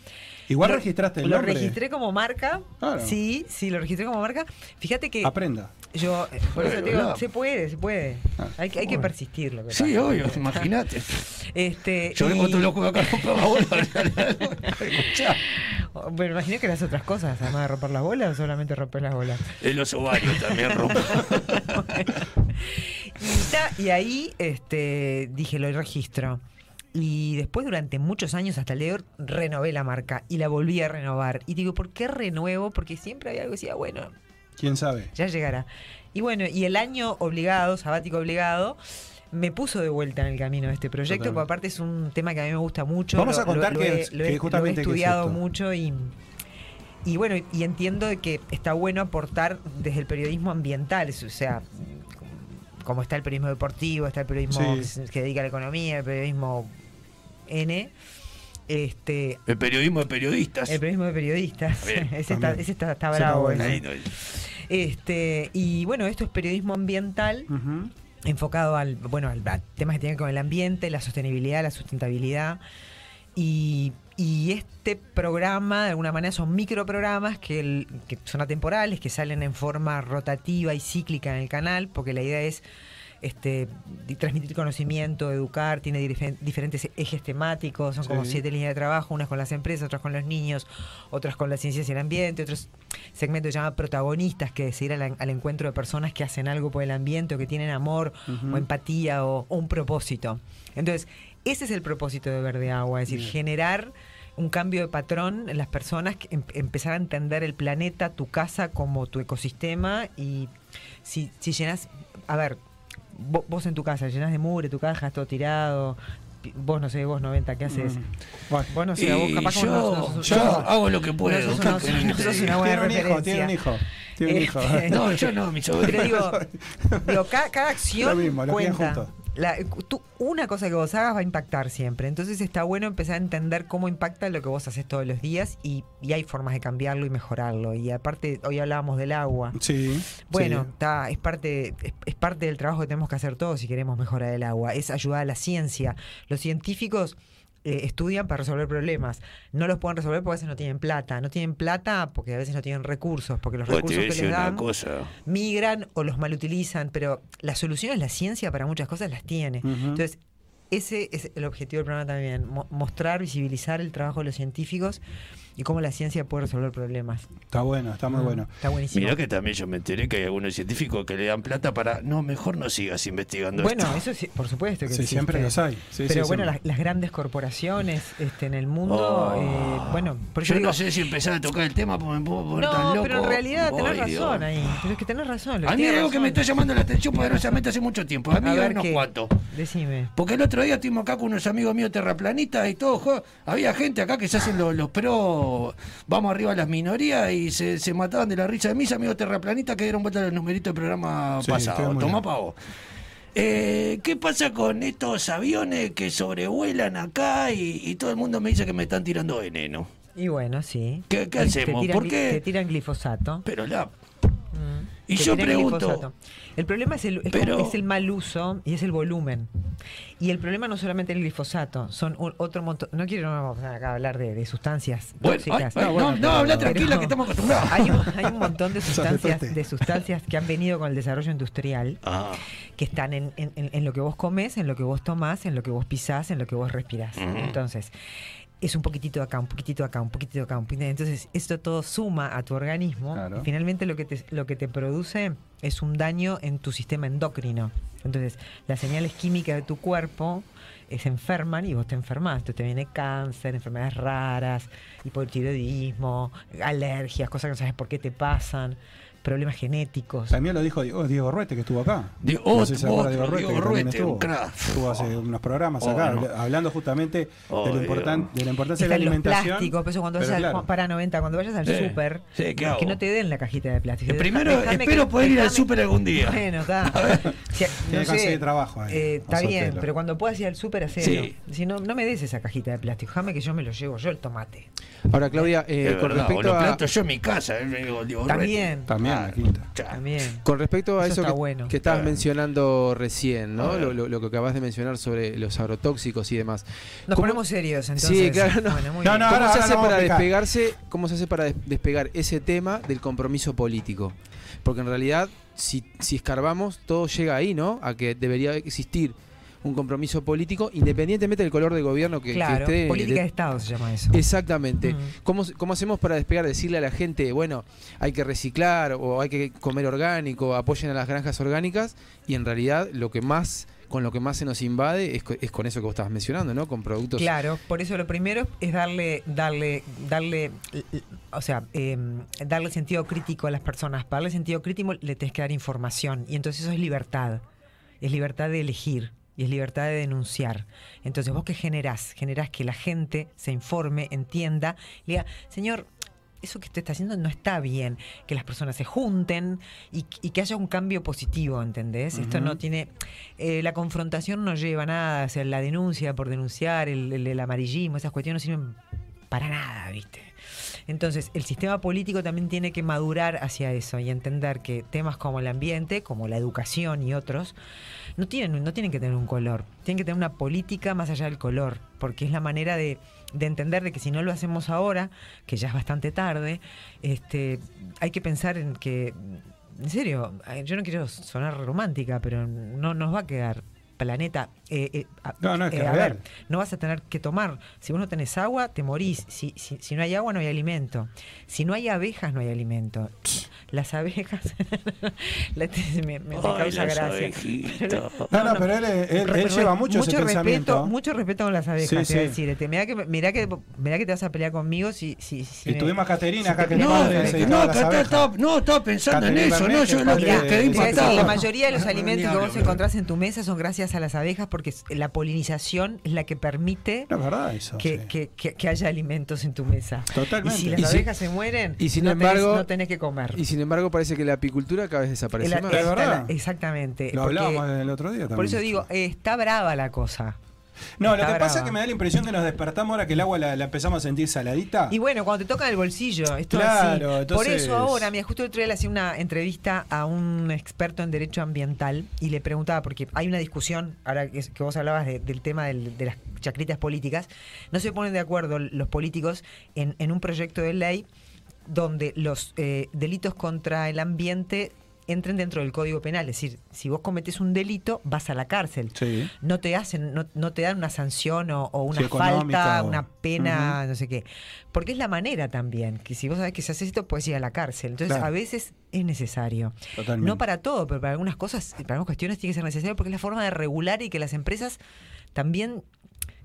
D: Igual
E: Lo-
D: registraste el
E: Lo
D: nombre.
E: registré como marca.
D: Claro.
E: Sí, sí, lo registré como marca. Fíjate que
D: Aprenda.
E: yo, eh, por eso te
G: Bueno,
E: digo,
G: no.
E: se puede, se puede.
D: Ah,
E: hay, que- hay que persistir, lo que
G: Sí,
E: pasa.
G: obvio, imagínate.
E: Este,
G: Yo
E: y-
G: vengo todo loco de acá a romper la bola. Escuchá.
E: Bueno, imagino que las otras cosas, además de romper las bolas, o solamente romper las bolas.
G: En los ovarios también rompo.
E: Y, ta- y ahí este, dije, lo registro. Y después, durante muchos años, hasta el día de hoy, renové la marca y la volví a renovar. Y digo, ¿por qué renuevo? Porque siempre había algo que decía, bueno,
D: ¿Quién sabe?
E: ya llegará. Y bueno, y el año obligado, sabático obligado, me puso de vuelta en el camino de este proyecto,
D: Totalmente.
E: porque aparte es un tema que a mí me gusta mucho.
D: Vamos a contar qué
E: he-
D: es-
E: lo
D: qué
E: he,
D: justamente qué
E: lo he
D: es
E: estudiado
D: esto.
E: mucho y, y bueno, y entiendo de que está bueno aportar desde el periodismo ambiental, o sea, como está el periodismo deportivo, está el periodismo
D: Sí.
E: que se- que se dedica a la economía, el periodismo N, este,
G: El periodismo de periodistas.
E: el periodismo de periodistas.
G: Bien,
E: ese está,
D: también.
E: ese está, está
D: Ese está
E: bravo. ¿eh?
D: bueno.
E: ese.
G: Ahí no-
E: Este, y bueno, esto es periodismo ambiental
D: Ujú.
E: enfocado al, bueno, al, a temas que tienen que ver con el ambiente, la sostenibilidad, la sustentabilidad. Y, y este programa, de alguna manera, son microprogramas que, el- que son atemporales, que salen en forma rotativa y cíclica en el canal, porque la idea es este, di- transmitir conocimiento, educar, tiene dife- diferentes ejes temáticos, son como
D: Sí.
E: siete líneas de trabajo, unas con las empresas, otras con los niños, otras con las ciencias y el ambiente, otros segmento que se llama protagonistas, que es ir al, al encuentro de personas que hacen algo por el ambiente o que tienen amor o empatía o, o un propósito. Entonces, ese es el propósito de Verde Agua, es decir, generar un cambio de patrón en las personas, que em- empezar a entender el planeta, tu casa como tu ecosistema y si, si llenas, a ver, vo- vos en tu casa llenas de mugre, tu caja, todo tirado, pi- vos no sé, vos 90, ¿qué
D: Mm.
E: haces?
D: Bueno.
E: Mm. Vos no sé, a vos
G: Y
E: capaz que
G: yo-
E: vos no sos- no sos-
G: yo
E: no-
G: hago lo que puedo.
E: No sos una,
G: ¿Qué
E: no sos una buena
D: tiene un hijo,
E: referencia.
D: tiene un hijo. Tiene un hijo.
E: Este,
G: No, yo no, mi sobrino.
E: Pero digo, digo, ca- cada, acción
D: Lo mismo, lo piden
E: cuenta.
D: juntos.
E: La- tú- una cosa que vos hagas va a impactar siempre. Entonces está bueno empezar a entender cómo impacta lo que vos haces todos los días y, y hay formas de cambiarlo y mejorarlo. Y aparte, hoy hablábamos del agua.
D: Sí.
E: Bueno,
D: sí.
E: está, es, parte, es, es parte del trabajo que tenemos que hacer todos si queremos mejorar el agua. Es ayudar a la ciencia. Los científicos eh, estudian para resolver problemas. No los pueden resolver porque a veces no tienen plata. No tienen plata porque a veces no tienen recursos. Porque los
G: Vos te
E: recursos
G: voy a
E: que
G: decir
E: les
G: una
E: dan
G: cosa.
E: migran o los malutilizan. Pero las soluciones, la ciencia para muchas cosas las tiene.
D: Ujú.
E: Entonces, ese es el objetivo del programa también. mo- mostrar, visibilizar el trabajo de los científicos y cómo la ciencia puede resolver problemas.
D: Está bueno, está muy bueno.
E: Está buenísimo.
G: Mirá que también yo me enteré que hay algunos científicos que le dan plata para. No, mejor no sigas investigando
E: Bueno,
G: esto.
E: eso sí, por supuesto que
D: Sí,
E: existe.
D: siempre los hay. Sí,
E: Pero
D: sí,
E: bueno,
D: siempre.
E: las, las grandes corporaciones este, en el mundo,
G: Oh.
E: eh, bueno, por eso
G: Yo
E: digo...
G: no sé si empezar a tocar el tema porque me puedo poner tan
E: No,
G: loco.
E: pero en realidad tenés
G: Ay, Dios.
E: razón ahí. Pero es que tenés razón. lo
G: A mí
E: tenés
G: hay algo que
E: razón.
G: me está llamando la atención poderosamente hace mucho tiempo. A mí
E: A ver
G: unos
E: qué-
G: cuantos.
E: Decime.
G: Porque el otro día estuvimos acá con unos amigos míos terraplanistas y todo. jo, Había gente acá que se hacen los, los pro, vamos arriba a las minorías y se, se mataban de la risa de mis amigos terraplanistas que dieron vuelta a los numeritos del programa
D: Sí, estoy
G: pasado.
D: muy
G: Tomá
D: bien.
G: pavo. Eh, ¿Qué pasa con estos aviones que sobrevuelan acá y, y todo el mundo me dice que me están tirando veneno?
E: Y bueno, sí.
G: ¿Qué- qué
E: Y
G: hacemos?
E: Te tiran,
G: ¿Por
E: gli-
G: qué?
E: Te tiran glifosato.
G: Pero la. Y
E: Te
G: yo
E: tiran
G: pregunto.
E: glifosato. El problema es el, es
G: Pero-
E: como- es el mal uso y es el volumen. Y el problema no solamente el glifosato, son un- otro montón. No quiero no vamos acá a hablar de, de sustancias
G: Bueno, ay,
E: tóxicas.
G: ay, no, no, habla tranquila
E: Pero-
G: que estamos acostumbrados.
E: Hay un, hay un montón de sustancias,
D: fuerte.
E: de sustancias que han venido con el desarrollo industrial,
G: Ah,
E: que están en, en- en- en lo que vos comes, en lo que vos tomás, en lo que vos pisás, en lo que vos respirás. Entonces, es un poquitito acá, un poquitito acá, un poquitito acá, un poquitito. Entonces, esto todo suma a tu organismo
D: Claro.
E: y finalmente lo que, te, lo que te produce es un daño en tu sistema endocrino. Entonces, las señales químicas de tu cuerpo eh, se enferman y vos te enfermas. Entonces, te viene cáncer, enfermedades raras, hipotiroidismo, alergias, cosas que no sabes por qué te pasan, problemas genéticos.
D: También lo dijo Diego, Diego Ruete, que estuvo acá.
G: Di-
D: No sé si se
G: otro,
D: acuerda de
G: Diego
D: que también
G: Ruete, un crack.
D: Estuvo hace unos programas
G: Oh,
D: acá,
G: no.
D: habla- hablando justamente
G: Oh,
D: de, lo
G: Diego.
D: importan- de la importancia de la
E: Están los
D: alimentación.
E: plásticos, pero eso cuando
D: Pero
E: vayas
D: claro.
E: al, para 90, cuando vayas al
G: Sí,
E: súper,
G: sí, ¿qué hago?
E: que no te den la cajita de plástico.
G: Eh,
E: Deja-
G: primero,
E: dejame
G: espero
E: que-
G: poder ir al
E: dejame-
G: súper algún día.
E: Bueno, está. Si-
D: que conseguir trabajo ahí,
E: eh, está
D: hacértelo.
E: bien, pero cuando puedas ir al súper, hacelo.
G: Sí.
E: Si no, no me des esa cajita de plástico, déjame que yo me lo llevo yo el tomate.
F: Ahora, Claudia, eh,
G: Es
F: con
G: verdad, o
F: respecto
G: los
F: a.
G: platos yo en mi casa, eh, digo, digo,
E: También,
D: También, la quinta.
G: Cha.
E: también.
F: Con respecto a
E: Eso
F: eso,
E: está
F: que,
E: bueno.
F: que estabas mencionando recién,
G: A
F: ¿no?
G: ver.
F: Lo, lo- lo que acabas de mencionar sobre los agrotóxicos y demás.
E: Nos
F: ¿Cómo-
E: ponemos serios, entonces.
F: Sí, claro, no.
E: Bueno, muy
D: No,
E: bien.
D: no,
F: ¿Cómo
D: ahora-
F: se
D: ahora
F: hace
D: lo vamos
F: para
D: a picar.
F: despegarse? ¿Cómo se hace para des- despegar ese tema del compromiso político? Porque en realidad, si, si escarbamos, todo llega ahí, ¿no? A que debería existir un compromiso político, independientemente del color de gobierno que, que
E: Claro,
F: esté.
E: política
F: de-
E: de, Estado se llama eso.
F: Exactamente.
E: Mm.
F: ¿Cómo, ¿Cómo hacemos para despegar, decirle a la gente, bueno, hay que reciclar o hay que comer orgánico, apoyen a las granjas orgánicas? Y en realidad lo que más, con lo que más se nos invade es, co- es con eso que vos estabas mencionando, ¿no? Con productos...
E: Claro, por eso lo primero es darle, darle, darle, l- l- o sea, eh, darle sentido crítico a las personas. Para darle sentido crítico le tenés que dar información y entonces eso es libertad. Es libertad de elegir y es libertad de denunciar. Entonces, ¿vos qué generás? Generás que la gente se informe, entienda, le diga, señor, eso que usted está haciendo no está bien, que las personas se junten y, y que haya un cambio positivo, ¿entendés? Esto no tiene... eh, la confrontación no lleva a nada, o sea, la denuncia por denunciar, el, el- el amarillismo, esas cuestiones no sirven para nada, ¿viste? Entonces, el sistema político también tiene que madurar hacia eso y entender que temas como el ambiente, como la educación y otros, no tienen, no tienen que tener un color, tienen que tener una política más allá del color, porque es la manera de, de entender de que si no lo hacemos ahora, que ya es bastante tarde, este, hay que pensar en que, en serio, eh, yo no quiero sonar romántica, pero no nos va a quedar planeta. eh, eh, a-
D: No, no, es que
E: a
D: real.
E: ver, no vas a tener que tomar. Si vos no tenés agua, te morís. Si, si, si no hay agua, no hay alimento. Si no hay abejas, no hay alimento. Las abejas. la- me, me- me
G: Ay,
E: causa
G: las
E: gracia.
G: abejitas.
D: No, no, pero él, él- él
E: Re-
D: lleva
E: re-
D: mucho, ese
E: respeto,
D: pensamiento.
E: mucho respeto con las abejas,
D: Sí,
E: te voy a
D: sí.
E: decir. Este, mirá, que, mirá, que, mirá que te vas a pelear conmigo si. si, si
D: Y tuvimos a Caterina acá que
E: te
D: nos
G: No,
E: peleas
D: padre
E: con
G: eh,
E: las
D: se
E: abejas.
G: no,
D: las
G: acá está-
D: abejas.
G: estaba, no, estaba pensando en
D: Catherine
G: eso, no,
D: Bermejo,
G: yo la-
D: padre
E: Mirá,
D: de-
G: quedé
E: te voy a decir,
G: impactado.
E: la mayoría de los alimentos que vos encontrás en tu mesa son gracias a las abejas porque porque es- la polinización es la que permite
D: No es verdad eso.
E: que,
D: sí.
E: que- que- que haya alimentos en tu mesa.
D: Totalmente.
E: Y si las
F: Y si-
E: abejas se mueren,
F: y sin
E: no,
F: embargo-
E: tenés, no tenés que comer.
F: Y sin embargo parece que la apicultura cada vez desaparece
E: El-
F: más.
E: el-
D: Es verdad.
E: Exactamente.
D: Lo
E: porque-
D: hablábamos el otro día también.
E: por eso digo, eh, está brava la cosa.
D: No, lo que
E: está
D: pasa
E: brava.
D: es que me da la impresión que nos despertamos ahora que el agua la, la empezamos a sentir saladita.
E: Y bueno, cuando te tocan el bolsillo, esto es
D: Claro,
E: así. Por
D: entonces-
E: eso ahora, mira, justo el otro día le hacía una entrevista a un experto en derecho ambiental y le preguntaba, porque hay una discusión, ahora que, que vos hablabas de- del tema del- de las chacritas políticas, no se ponen de acuerdo los políticos en, en un proyecto de ley donde los eh, delitos contra el ambiente entren dentro del código penal. Es decir, si vos cometés un delito, vas a la cárcel
D: Sí.
E: no te hacen, no, no te dan una sanción o, o una
D: Sí, económica
E: falta,
D: o-
E: una pena, no sé qué. Porque es la manera también, que si vos sabés que si haces esto puedes ir a la cárcel. Entonces
D: Claro.
E: a veces es necesario.
D: Totalmente.
E: No para todo, pero para algunas cosas, para algunas cuestiones tiene que ser necesario porque es la forma de regular y que las empresas también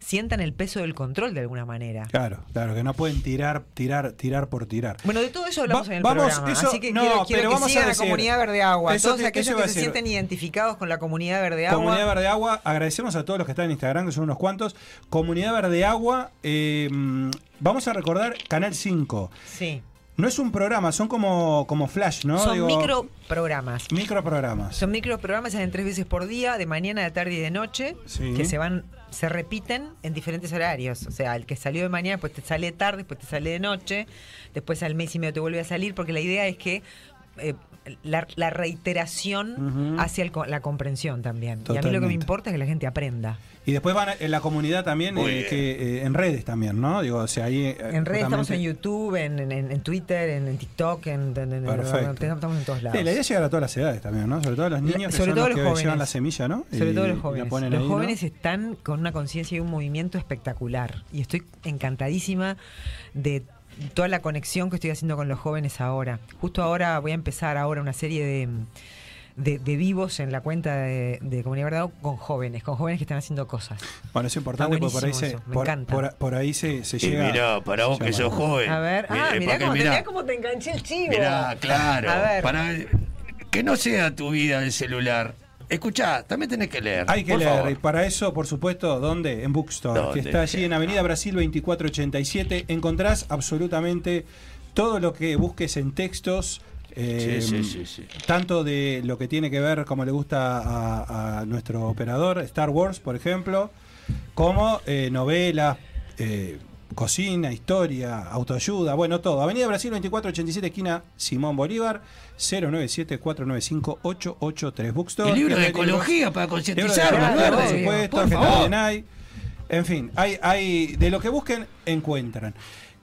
E: sientan el peso del control de alguna manera.
D: Claro, claro, que no pueden tirar, tirar, tirar por tirar.
E: Bueno, de todo eso hablamos
D: Va-
E: en el
D: vamos,
E: programa,
D: eso-
E: así que
D: no,
E: quiero, quiero
D: pero
E: que
D: vamos a
E: siga la
D: decir-
E: comunidad verde agua,
D: eso
E: todos
D: te- eso
E: aquellos
D: iba
E: que
D: a
E: se
D: decir.
E: sienten identificados con la comunidad verde agua.
D: Comunidad Verde Agua, agradecemos a todos los que están en Instagram, que son unos cuantos. Comunidad Verde Agua, eh, mm, vamos a recordar Canal 5.
E: Sí.
D: No es un programa, son como, como flash, ¿no?
E: Son
D: Digo,
E: microprogramas.
D: Microprogramas.
E: Son microprogramas, se hacen tres veces por día, de mañana, de tarde y de noche,
D: Sí.
E: que se van, se repiten en diferentes horarios. O sea, el que salió de mañana, después te sale de tarde, después te sale de noche, después al mes y medio te vuelve a salir, porque la idea es que eh, la, la reiteración
D: Ujú.
E: hacia el co- la comprensión también. Y a mí lo que me
D: Totalmente.
E: importa es que la gente aprenda.
D: Y después van a- en la comunidad también,
G: Muy
D: eh,
G: bien.
D: que, eh, en redes también, ¿no? Digo, o sea, ahí, eh,
E: En redes estamos
D: justamente-
E: en YouTube, en, en- en- en Twitter, en, en TikTok, en, en- en-
D: Perfecto.
E: estamos en todos lados.
D: Sí, la idea es llegar a todas las edades también, ¿no? Sobre todo a los niños, que
E: sobre
D: son
E: todo
D: los,
E: los
D: que
E: jóvenes.
D: llevan la semilla, ¿no?
E: Sobre
D: Y-
E: todo los
D: y la
E: jóvenes.
D: ponen
E: los
D: ahí, ¿no?
E: jóvenes están con una conciencia y un movimiento espectacular. Y estoy encantadísima de toda la conexión que estoy haciendo con los jóvenes ahora. Justo ahora voy a empezar ahora una serie de, de- de vivos en la cuenta de, de Comunidad Verdad con jóvenes, con jóvenes que están haciendo cosas.
D: Bueno, es importante
E: Está
D: porque por ahí se,
E: buenísimo eso, me
D: por,
E: encanta.
D: por- por ahí se, se
G: Y
D: llega.
G: mirá, para vos que
D: llama.
G: sos joven.
E: A ver, ah,
G: eh,
E: mirá
G: para que
E: cómo, te,
G: mirá.
E: mirá cómo te enganché el chivo.
G: Mirá, claro.
E: A ver.
G: Para que no sea tu vida el celular. Escuchá, también tenés que leer.
D: Hay que
G: por
D: leer,
G: favor.
D: y para eso, por supuesto, ¿dónde? En Bookstore,
G: ¿Dónde?
D: que está allí en Avenida Brasil 2487. Encontrás absolutamente todo lo que busques en textos. eh,
G: Sí, sí, sí, sí.
D: Tanto de lo que tiene que ver, como le gusta a, a nuestro operador, Star Wars, por ejemplo, como eh, novelas, eh, cocina, historia, autoayuda, bueno, todo. Avenida Brasil 2487, esquina Simón Bolívar, 097-495-883. Bookstore.
G: El
D: Y
G: libro de
D: hay libros-
G: ecología para
D: Libro
G: concientizar
E: Claro,
G: los
D: de
E: claro,
D: por
G: verdes.
E: obvio.
D: supuesto,
G: Por
D: que
G: favor.
D: también hay. En fin, hay, hay de lo que busquen, encuentran.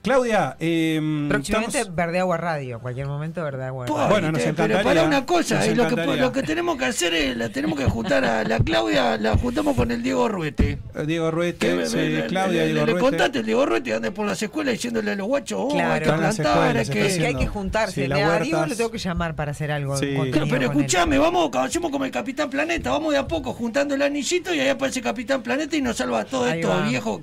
D: Claudia, eh,
E: Próximamente
D: estamos-
E: Verde Agua Radio, cualquier momento Verde Agua
G: Pua,
E: Radio.
D: Bueno,
G: viste,
D: nos
G: pero
D: encantaría,
G: para una cosa,
D: nos
G: eh, lo, que,
D: encantaría.
G: lo que tenemos que hacer es, la tenemos que juntar a la Claudia, la juntamos con el Diego Ruete.
D: eh, Diego
G: Que
D: Ruete,
G: me-
D: sí,
G: me- le-
D: Claudia,
G: le,
D: Diego
G: le
D: Ruete.
G: contaste el Diego Ruete, anda por las escuelas diciéndole a los guachos, oh,
E: Claro.
G: hay que
E: Están
D: las
G: plantar, hay
D: escuelas,
G: que...
E: Es que hay que
D: haciendo-
E: juntarse.
D: sí, la
E: Mirá, a
D: huertas.
E: Diego lo tengo que llamar para hacer algo.
D: Sí.
E: contenido
G: Pero, pero
E: con él.
G: escuchame, vamos, hacemos como el Capitán Planeta, vamos de a poco juntando el anillito y ahí aparece Capitán Planeta y nos salva a todos
E: Ahí
G: estos
E: va.
G: viejos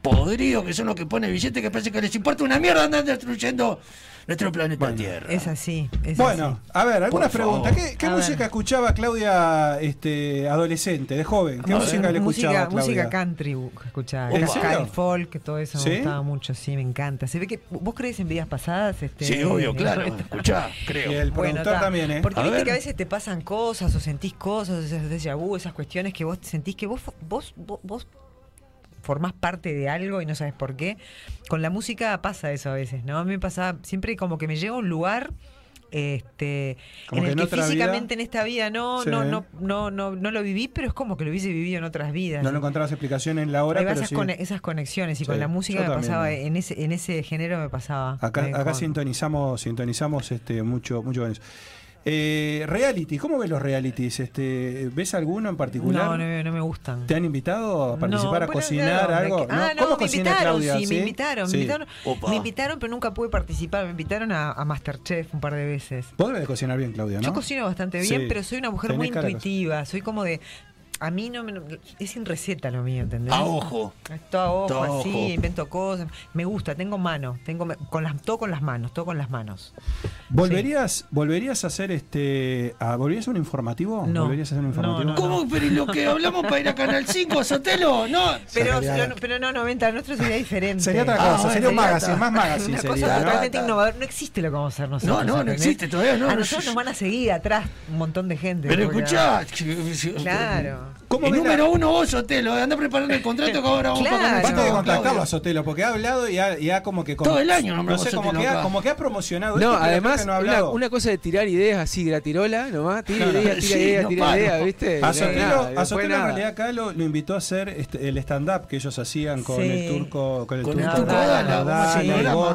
G: podridos que son los que ponen billetes que parece que les importa una mierda andar destruyendo nuestro planeta Tierra.
E: Es así. es así.
D: Bueno, a ver, algunas
G: Por favor.
D: preguntas. ¿Qué, qué
E: A ver.
D: música escuchaba Claudia este, adolescente, de joven? ¿Qué
E: Mu-
D: música le escuchaba?
E: música, música
D: Claudia?
E: country bu- escuchaba.
D: ¿En
E: Ca-
D: serio?
E: country folk, todo eso
D: ¿Sí?
E: me gustaba mucho, sí, me encanta. Se ve que vos crees en vidas pasadas, este.
G: Sí, obvio, claro,
E: Bueno,
G: escuchá,
D: Y
G: creo.
D: el productor
E: ta.
D: también, ¿eh?
E: Porque
G: A
E: viste
G: ver.
E: que a veces te pasan cosas o sentís cosas, esas déjà vu, esas cuestiones que vos sentís que vos vos vos, vos formás parte de algo y no sabes por qué. Con la música pasa eso a veces, ¿no? A mí me pasaba siempre como que me llega a un lugar este
D: Como
E: en
D: que
E: el
D: en
E: que
D: otra vida-
E: físicamente en esta vida no,
D: Sí.
E: no no no no no lo viví, pero es como que lo hubiese vivido en otras vidas.
D: No lo encontrabas explicación en la hora,
E: Ahí va
D: pero
E: esas,
D: sí.
E: cone- esas conexiones y
D: Sí,
E: con la música
D: yo
E: me
D: también.
E: pasaba en ese en ese género me pasaba.
D: Acá,
E: Eh,
D: acá
E: con-
D: sintonizamos, sintonizamos este, mucho, mucho con eso. Eh, reality, ¿cómo ves los realities? Este, ¿Ves alguno en particular?
E: no, no, no me gustan.
D: ¿Te han invitado a participar
E: No,
D: a
E: bueno,
D: cocinar
E: claro,
D: algo?
E: me- Ah, no,
D: ¿Cómo
E: me
D: cocina
E: invitaron,
D: Claudia?
E: sí, me invitaron,
D: Sí.
E: me invitaron,
G: Opa.
E: me invitaron, pero nunca pude participar. Me invitaron a, a Masterchef un par de veces.
D: Vos debes de cocinar bien, Claudia, ¿no?
E: Yo cocino bastante bien,
D: Sí.
E: pero soy una mujer muy
D: Tenés cara de cocinar.
E: intuitiva. Soy como de. A mí no me. Es sin receta lo mío, ¿entendés?
G: A ojo.
E: Todo a ojo,
G: Todo a
E: así,
G: ojo.
E: invento cosas. Me gusta, tengo mano, tengo con las, todo con las manos, todo con las manos.
D: ¿Volverías, volverías a hacer este. a- ¿Volverías a un informativo?
E: No.
D: ¿Volverías a hacer un
E: No,
D: informativo?
E: no, no.
G: ¿Cómo? Pero ¿y lo que hablamos para ir a Canal 5, a Sotelo? No.
E: Pero,
H: Sería-
E: lo- pero no, 90, nuestro sería diferente.
D: Sería otra
E: Ah,
D: cosa,
E: bueno,
D: sería un magazine,
E: otra-
D: más magazine
E: Una
D: sería,
E: cosa
D: ¿no?
E: totalmente innovadora. No existe lo que vamos a hacer nosotros.
G: No, no, no
E: ¿entendés?
G: existe todavía, no,
E: A
G: no,
E: nosotros
G: yo-
E: nos van a seguir atrás un montón de gente.
G: Pero
E: porque-
G: escuchá.
E: Claro.
D: ¿Cómo
G: El
D: ves la-
G: número uno vos, Sotelo. Andá preparando el contrato que ahora vamos
E: Claro.
G: para Canal
E: Basta
D: Aparte
E: No,
D: de
G: 5,
D: contactarlo
G: Claudio.
D: a Sotelo, porque ha hablado y ha, y ha como que...
G: Todo el año
D: No
G: nombramos
D: sé, como
G: Sotelo
D: que, ha,
G: acá.
D: como que ha promocionado
F: No,
D: esto, pero creo
F: además,
D: que no ha
F: una,
D: hablado.
F: una cosa de tirar ideas así, gratirola, nomás. Tira
D: Claro.
F: ideas, tira
G: Sí,
F: ideas,
G: no
F: tira
G: paro.
F: ideas, ¿viste?
D: A
F: Eh, No,
D: Sotelo,
F: nada,
D: a
F: después
D: Sotelo en
F: nada.
D: realidad acá lo, lo invitó a hacer este, el stand-up que ellos hacían con
E: Sí.
D: el turco... Con el
G: Con el
D: turco,
G: turco
D: Dala,
G: Dala,
D: Dala,
G: sí,
D: y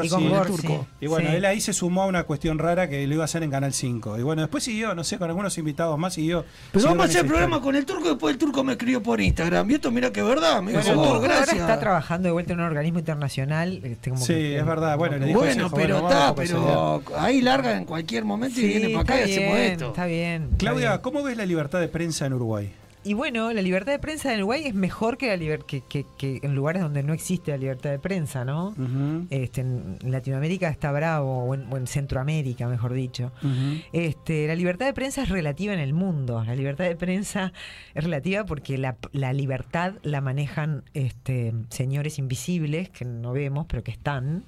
G: y con
D: Gorsi.
G: Gorsi.
D: Y bueno,
E: Sí.
D: él ahí se sumó a una cuestión rara que lo iba a hacer en Canal 5. Y bueno, después siguió, no sé, con algunos invitados más siguió. siguió
G: Pero vamos a
D: con
G: hacer el
D: esa
G: programa
D: historia.
G: con el turco. Después el turco me escribió por Instagram. Y esto, mira que verdad. Me dijo,
E: Bueno,
G: "Oh,
E: Turco
G: gracias.
E: ahora está trabajando de vuelta en un organismo internacional. este, como
D: Sí,
E: que-
D: es verdad, bueno,
E: como
D: le
E: que-
D: dijo
G: Bueno,
D: eso,
G: pero
D: bueno,
G: está,
D: vamos, pues,
G: pero ahí larga en cualquier momento y
E: Sí,
G: viene para acá y
E: está
G: hacemos
E: bien,
G: esto.
E: Está bien. está
D: Claudia,
E: bien.
D: ¿cómo ves la libertad de prensa en Uruguay?
E: Y bueno, la libertad de prensa en Uruguay es mejor que, la liber- que, que- que en lugares donde no existe la libertad de prensa, ¿no?
D: Ujú,
E: Este, en Latinoamérica está bravo, o en, o en Centroamérica, mejor dicho.
D: ujú.
E: Este, la libertad de prensa es relativa en el mundo. La libertad de prensa es relativa porque la, la libertad la manejan este, señores invisibles que no vemos, pero que están,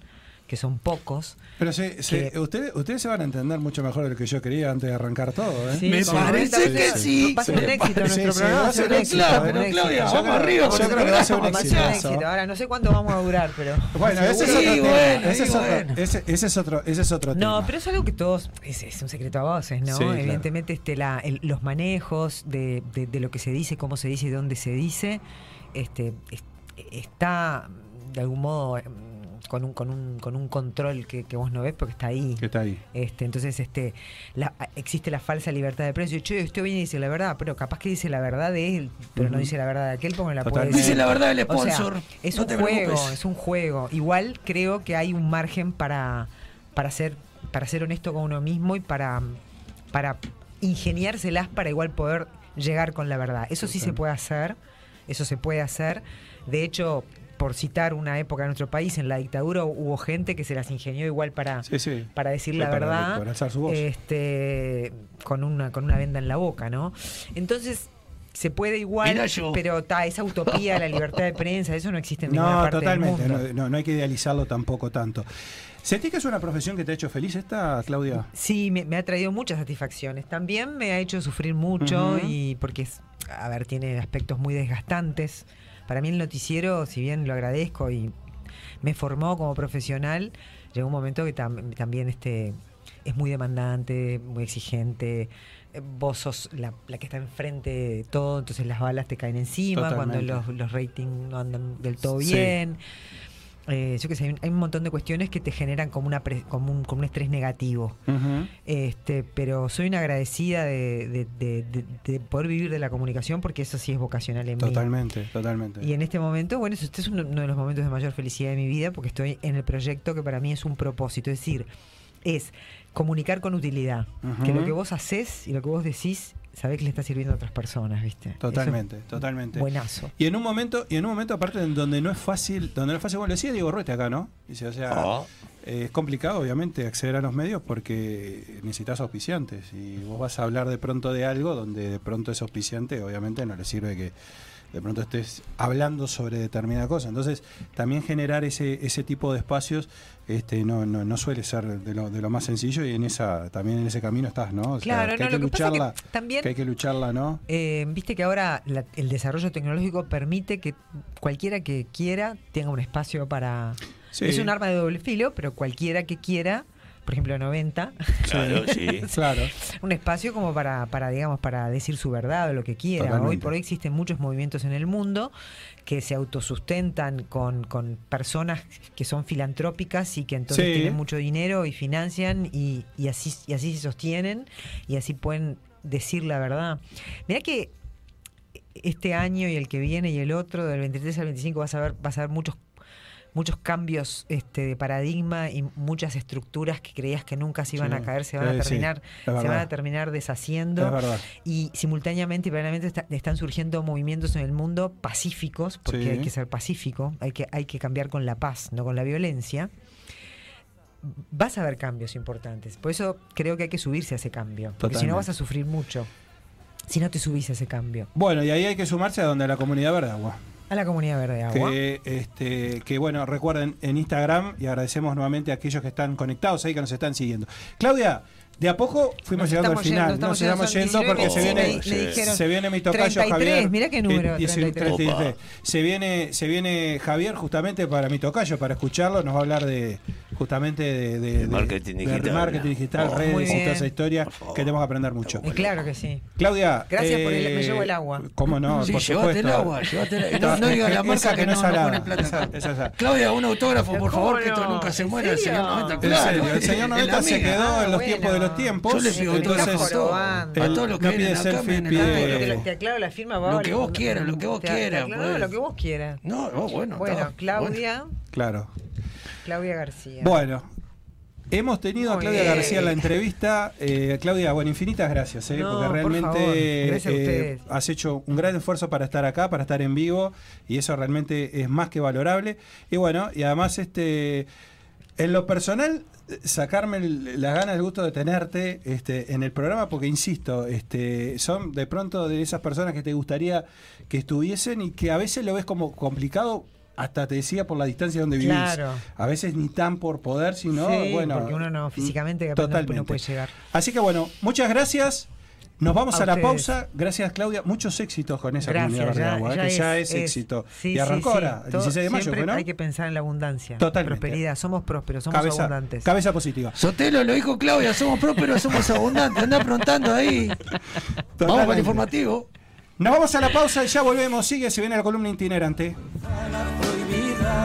E: que son pocos.
D: Pero se- se-
E: Que-
D: ustedes, ustedes se van a entender mucho mejor de lo que yo quería antes de arrancar todo, ¿eh?
E: Sí,
G: Me
E: con
G: parece
E: cuarenta-
G: que sí.
E: Va a ser un
D: Sí,
E: éxito
D: sí,
E: nuestro
D: sí,
E: programa.
D: va a
E: va a ser
D: ser
E: un
D: un
E: éxito,
D: éxito,
E: va a ser un
G: pero
E: éxito.
G: Claudia,
E: Yo
G: vamos
E: creo-
G: arriba,
E: yo
D: yo
E: creo
D: creo
E: que
D: que va a ser un
E: va a ser un
D: exitazo.
E: éxito. Ahora no sé cuánto vamos a durar, pero.
D: Bueno, ese es,
G: Sí,
D: otro tema,
G: bueno,
D: ese,
G: sí,
D: es otro,
G: bueno.
D: ese- ese es otro, ese es otro tema.
E: No, pero es algo que todos, es, es un secreto a voces, ¿no?
D: Sí, claro.
E: Evidentemente este, la, el- los manejos de, de- de lo que se dice, cómo se dice y dónde se dice, este, es- está de algún modo eh, con un, con un, con un control que, que vos no ves porque está ahí.
D: Que está ahí.
E: Este, entonces, este, la- existe la falsa libertad de precio. Che, usted viene y dice la verdad, pero capaz que dice la verdad de él, pero no
D: Ujú.
E: dice la verdad de aquel porque no la
D: Totalmente.
E: puede
G: Dice
E: decir.
G: la verdad el
E: O sea,
G: sponsor.
E: es
G: No
E: un
G: te
E: juego,
G: preocupes.
E: es un juego. Igual creo que hay un margen para, para ser, para ser honesto con uno mismo y para, para ingeniárselas para igual poder llegar con la verdad. Eso sí se puede hacer, eso se puede hacer. De hecho, por citar una época de nuestro país, en la dictadura hubo gente que se las ingenió igual para,
D: Sí, sí.
E: para decir
D: Sí,
E: la
D: para-
E: verdad,
D: para alzar su voz.
E: este, con una con una venda en la boca, ¿no? Entonces se puede igual,
G: Mirá yo.
E: pero ta, esa utopía, la libertad de prensa, eso no existe en ninguna
D: No,
E: parte
D: totalmente.
E: del
D: No,
E: mundo.
D: no, no hay que idealizarlo tampoco tanto. ¿Sentís que es una profesión que te ha hecho feliz esta, Claudia?
E: Sí, me, me ha traído muchas satisfacciones. También me ha hecho sufrir mucho
D: Ujú.
E: y porque es- a ver, tiene aspectos muy desgastantes. Para mí el noticiero, si bien lo agradezco y me formó como profesional, llegó un momento que tam- también este es muy demandante, muy exigente. Eh, Vos sos la, la que está enfrente de todo, entonces las balas te caen encima
D: Totalmente.
E: cuando los, los ratings no andan del todo
D: Sí.
E: bien. Eh, yo qué sé, hay un, hay un montón de cuestiones que te generan como, una pre- como, un, como un estrés negativo. Este, pero soy una agradecida de, de- de- de- de poder vivir de la comunicación porque eso sí es vocacional en mí.
D: Totalmente, totalmente.
E: Y en este momento, bueno, eso- este es uno, uno de los momentos de mayor felicidad de mi vida porque estoy en el proyecto que para mí es un propósito, es decir, es comunicar con utilidad,
D: Ujú.
E: que lo que vos haces y lo que vos decís, sabés que le está sirviendo a otras personas, ¿viste? Eso es
D: Totalmente, totalmente.
E: Buenazo.
D: Y en un momento, y en un momento aparte en donde no es fácil, donde no es fácil, bueno, lo decía Diego Ruete acá, ¿no? Dice, o sea, eh, es complicado obviamente acceder a los medios porque necesitas auspiciantes y vos vas a hablar de pronto de algo donde de pronto ese auspiciante obviamente no le sirve que de pronto estés hablando sobre determinada cosa. Entonces, también generar ese, ese tipo de espacios este, no, no, no suele ser de lo, de lo más sencillo y en esa también en ese camino estás, ¿no? O sea,
E: Claro,
D: que hay
E: no,
D: que
E: lo que pasa es que
D: lucharla,
E: también-
D: que hay que lucharla, ¿no?
E: Eh, Viste que ahora la- el desarrollo tecnológico permite que cualquiera que quiera tenga un espacio para...
D: Sí.
E: Es un arma de doble filo, pero cualquiera que quiera, por ejemplo 90,
G: Claro, sí.
D: Claro.
E: un espacio como para, para digamos, para decir su verdad o lo que quiera.
D: Totalmente.
E: Hoy por hoy existen muchos movimientos en el mundo que se autosustentan con, con personas que son filantrópicas y que entonces
D: Sí.
E: tienen mucho dinero y financian y, y así, y así se sostienen y así pueden decir la verdad. Mirá que este año y el que viene y el otro, del 23 al 25, vas a ver, vas a ver muchos muchos cambios este, de paradigma y muchas estructuras que creías que nunca se iban
D: Sí,
E: a caer se van
D: sí,
E: a
D: sí,
E: terminar
D: es
E: se van
D: verdad.
E: a terminar deshaciendo
D: Es verdad.
E: y simultáneamente y paralelamente está- están surgiendo movimientos en el mundo pacíficos, porque
D: Sí.
E: hay que ser pacífico, hay que, hay que cambiar con la paz, no con la violencia. vas a ver cambios importantes. Por eso creo que hay que subirse a ese cambio. Porque si
D: Totalmente.
E: no vas a sufrir mucho. Si no te subís a ese cambio.
D: Bueno, y ahí hay que sumarse a donde la comunidad verde agua.
E: A la comunidad verde agua.
D: Que, este, que bueno, recuerden en Instagram y agradecemos nuevamente a aquellos que están conectados ahí que nos están siguiendo. Claudia, de a poco fuimos
E: Nos
D: llegando al
E: estamos yendo,
D: final. nos
E: estamos
D: estamos
E: yendo,
D: yendo
E: son
D: porque se
E: 19,
D: viene,
G: me- me dijeron
D: se viene mi tocayo
E: 33,
D: Javier.
E: mirá qué
D: eh,
E: número,
D: 19,
E: 33.
D: 33. Se viene, se viene Javier justamente para mi tocayo, para escucharlo. Nos va a hablar de justamente de, de-
G: De marketing
D: de
G: digital.
D: marketing digital,
E: muy
G: Oh,
D: redes y toda
E: bien.
D: esa historia que tenemos que aprender mucho.
E: Y claro que sí.
D: Claudia. eh,
E: Gracias por el- me llevo el agua.
D: ¿Cómo no?
G: Sí,
D: por
G: llévate
D: supuesto.
G: el agua, llévate el agua. No, no digas la
D: Esa
G: marca que no,
D: es
G: no
D: salada,
G: pone plata.
D: esa- esa es salada.
G: Claudia, un autógrafo, por
E: Pero
G: favor,
E: cómo
G: que esto
E: no,
G: nunca se
E: ¿en
G: muera. El
E: serio?
G: señor 90,
D: En
G: claro,
D: serio, el
G: es-
D: señor
G: es la
D: 90 se
G: amiga.
D: quedó en los
E: Ah,
D: tiempos de los
E: bueno.
D: tiempos.
G: Yo le digo,
E: entonces,
D: entonces,
E: probando.
D: él
G: a todos los que
D: no
G: vienen
D: pide
G: acá,
D: selfie,
G: vienen acá,
E: Ah, Te-
D: pide.
E: te, te aclaro la firma, va,
G: Lo que vos
E: no-
G: quieras, lo que vos
E: te- te
G: quieras,
E: aclaro
G: pues.
E: lo que vos quieras.
G: No, oh, bueno.
E: Bueno,
G: está,
E: Claudia,
D: Claro.
E: Claudia García.
D: Bueno. Hemos tenido a
E: Muy
D: Claudia
E: bien.
D: García en la entrevista. Eh, Claudia, bueno, infinitas gracias, eh,
E: No,
D: porque
E: por
D: realmente
E: favor. Gracias a
D: eh,
E: ustedes.
D: has hecho un gran esfuerzo para estar acá, para estar en vivo, y eso realmente es más que valorable. Y bueno, y además, este, en lo personal, sacarme el- las ganas, el gusto de tenerte este, en el programa, porque insisto, este, son de pronto de esas personas que te gustaría que estuviesen y que a veces lo ves como complicado. Hasta te decía por la distancia donde vivís.
E: Claro.
D: A veces ni tan por poder, sino no,
E: Sí,
D: bueno, mm,
E: porque uno no, físicamente capaz no-
D: totalmente.
E: no puede llegar.
D: Así que bueno, muchas gracias. Nos vamos a,
E: A
D: la
E: ustedes.
D: pausa. Gracias, Claudia. Muchos éxitos con esa
E: Gracias,
D: comunidad verde
E: ya,
D: agua,
E: ya
D: que ya es,
E: es- es-
D: éxito.
E: sí,
D: y arrancó
E: sí, sí.
D: ahora, el
E: Todo-
D: 16 de mayo,
E: siempre
D: ¿no?
E: Hay que pensar en la abundancia.
D: Totalmente.
E: Prosperidad, somos prósperos, somos
D: cabeza,
E: abundantes.
D: cabeza positiva.
G: Sotelo lo dijo Claudia, somos prósperos, somos abundantes. Andá preguntando ahí. Vamos para
D: Totalmente.
G: el informativo.
D: Nos vamos a la pausa y ya volvemos. Sigue, se viene la columna itinerante.
C: prohibida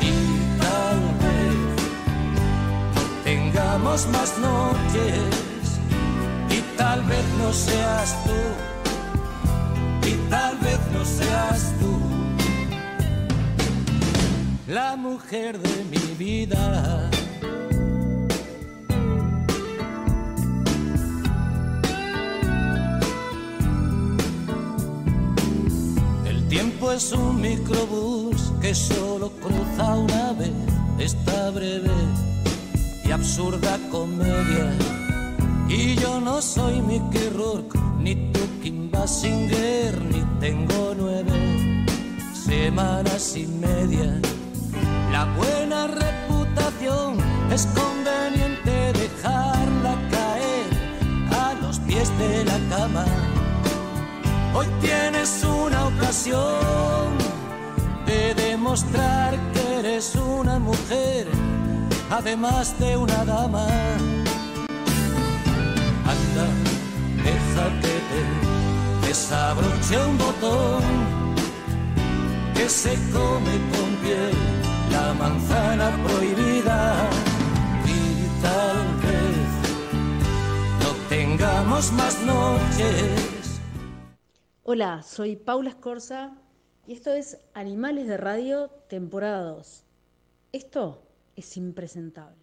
C: y tal vez no tengamos más noches y tal vez no seas tú y tal vez no seas tú la mujer de mi vida. El tiempo es un microbús que solo cruza una vez esta breve y absurda comedia. Y yo no soy Mickey Rourke, ni tú Kim Basinger, ni tengo nueve semanas y media. La buena reputación es conveniente dejarla caer a los pies de la cama. Hoy tienes una ocasión de demostrar que eres una mujer, además de una dama. Anda, déjate ver, desabroche un botón que se come con piel la manzana prohibida. Y tal vez no tengamos más noches.
H: Hola, soy Paula Escorza y esto es Animales de Radio, temporada 2. Esto es impresentable.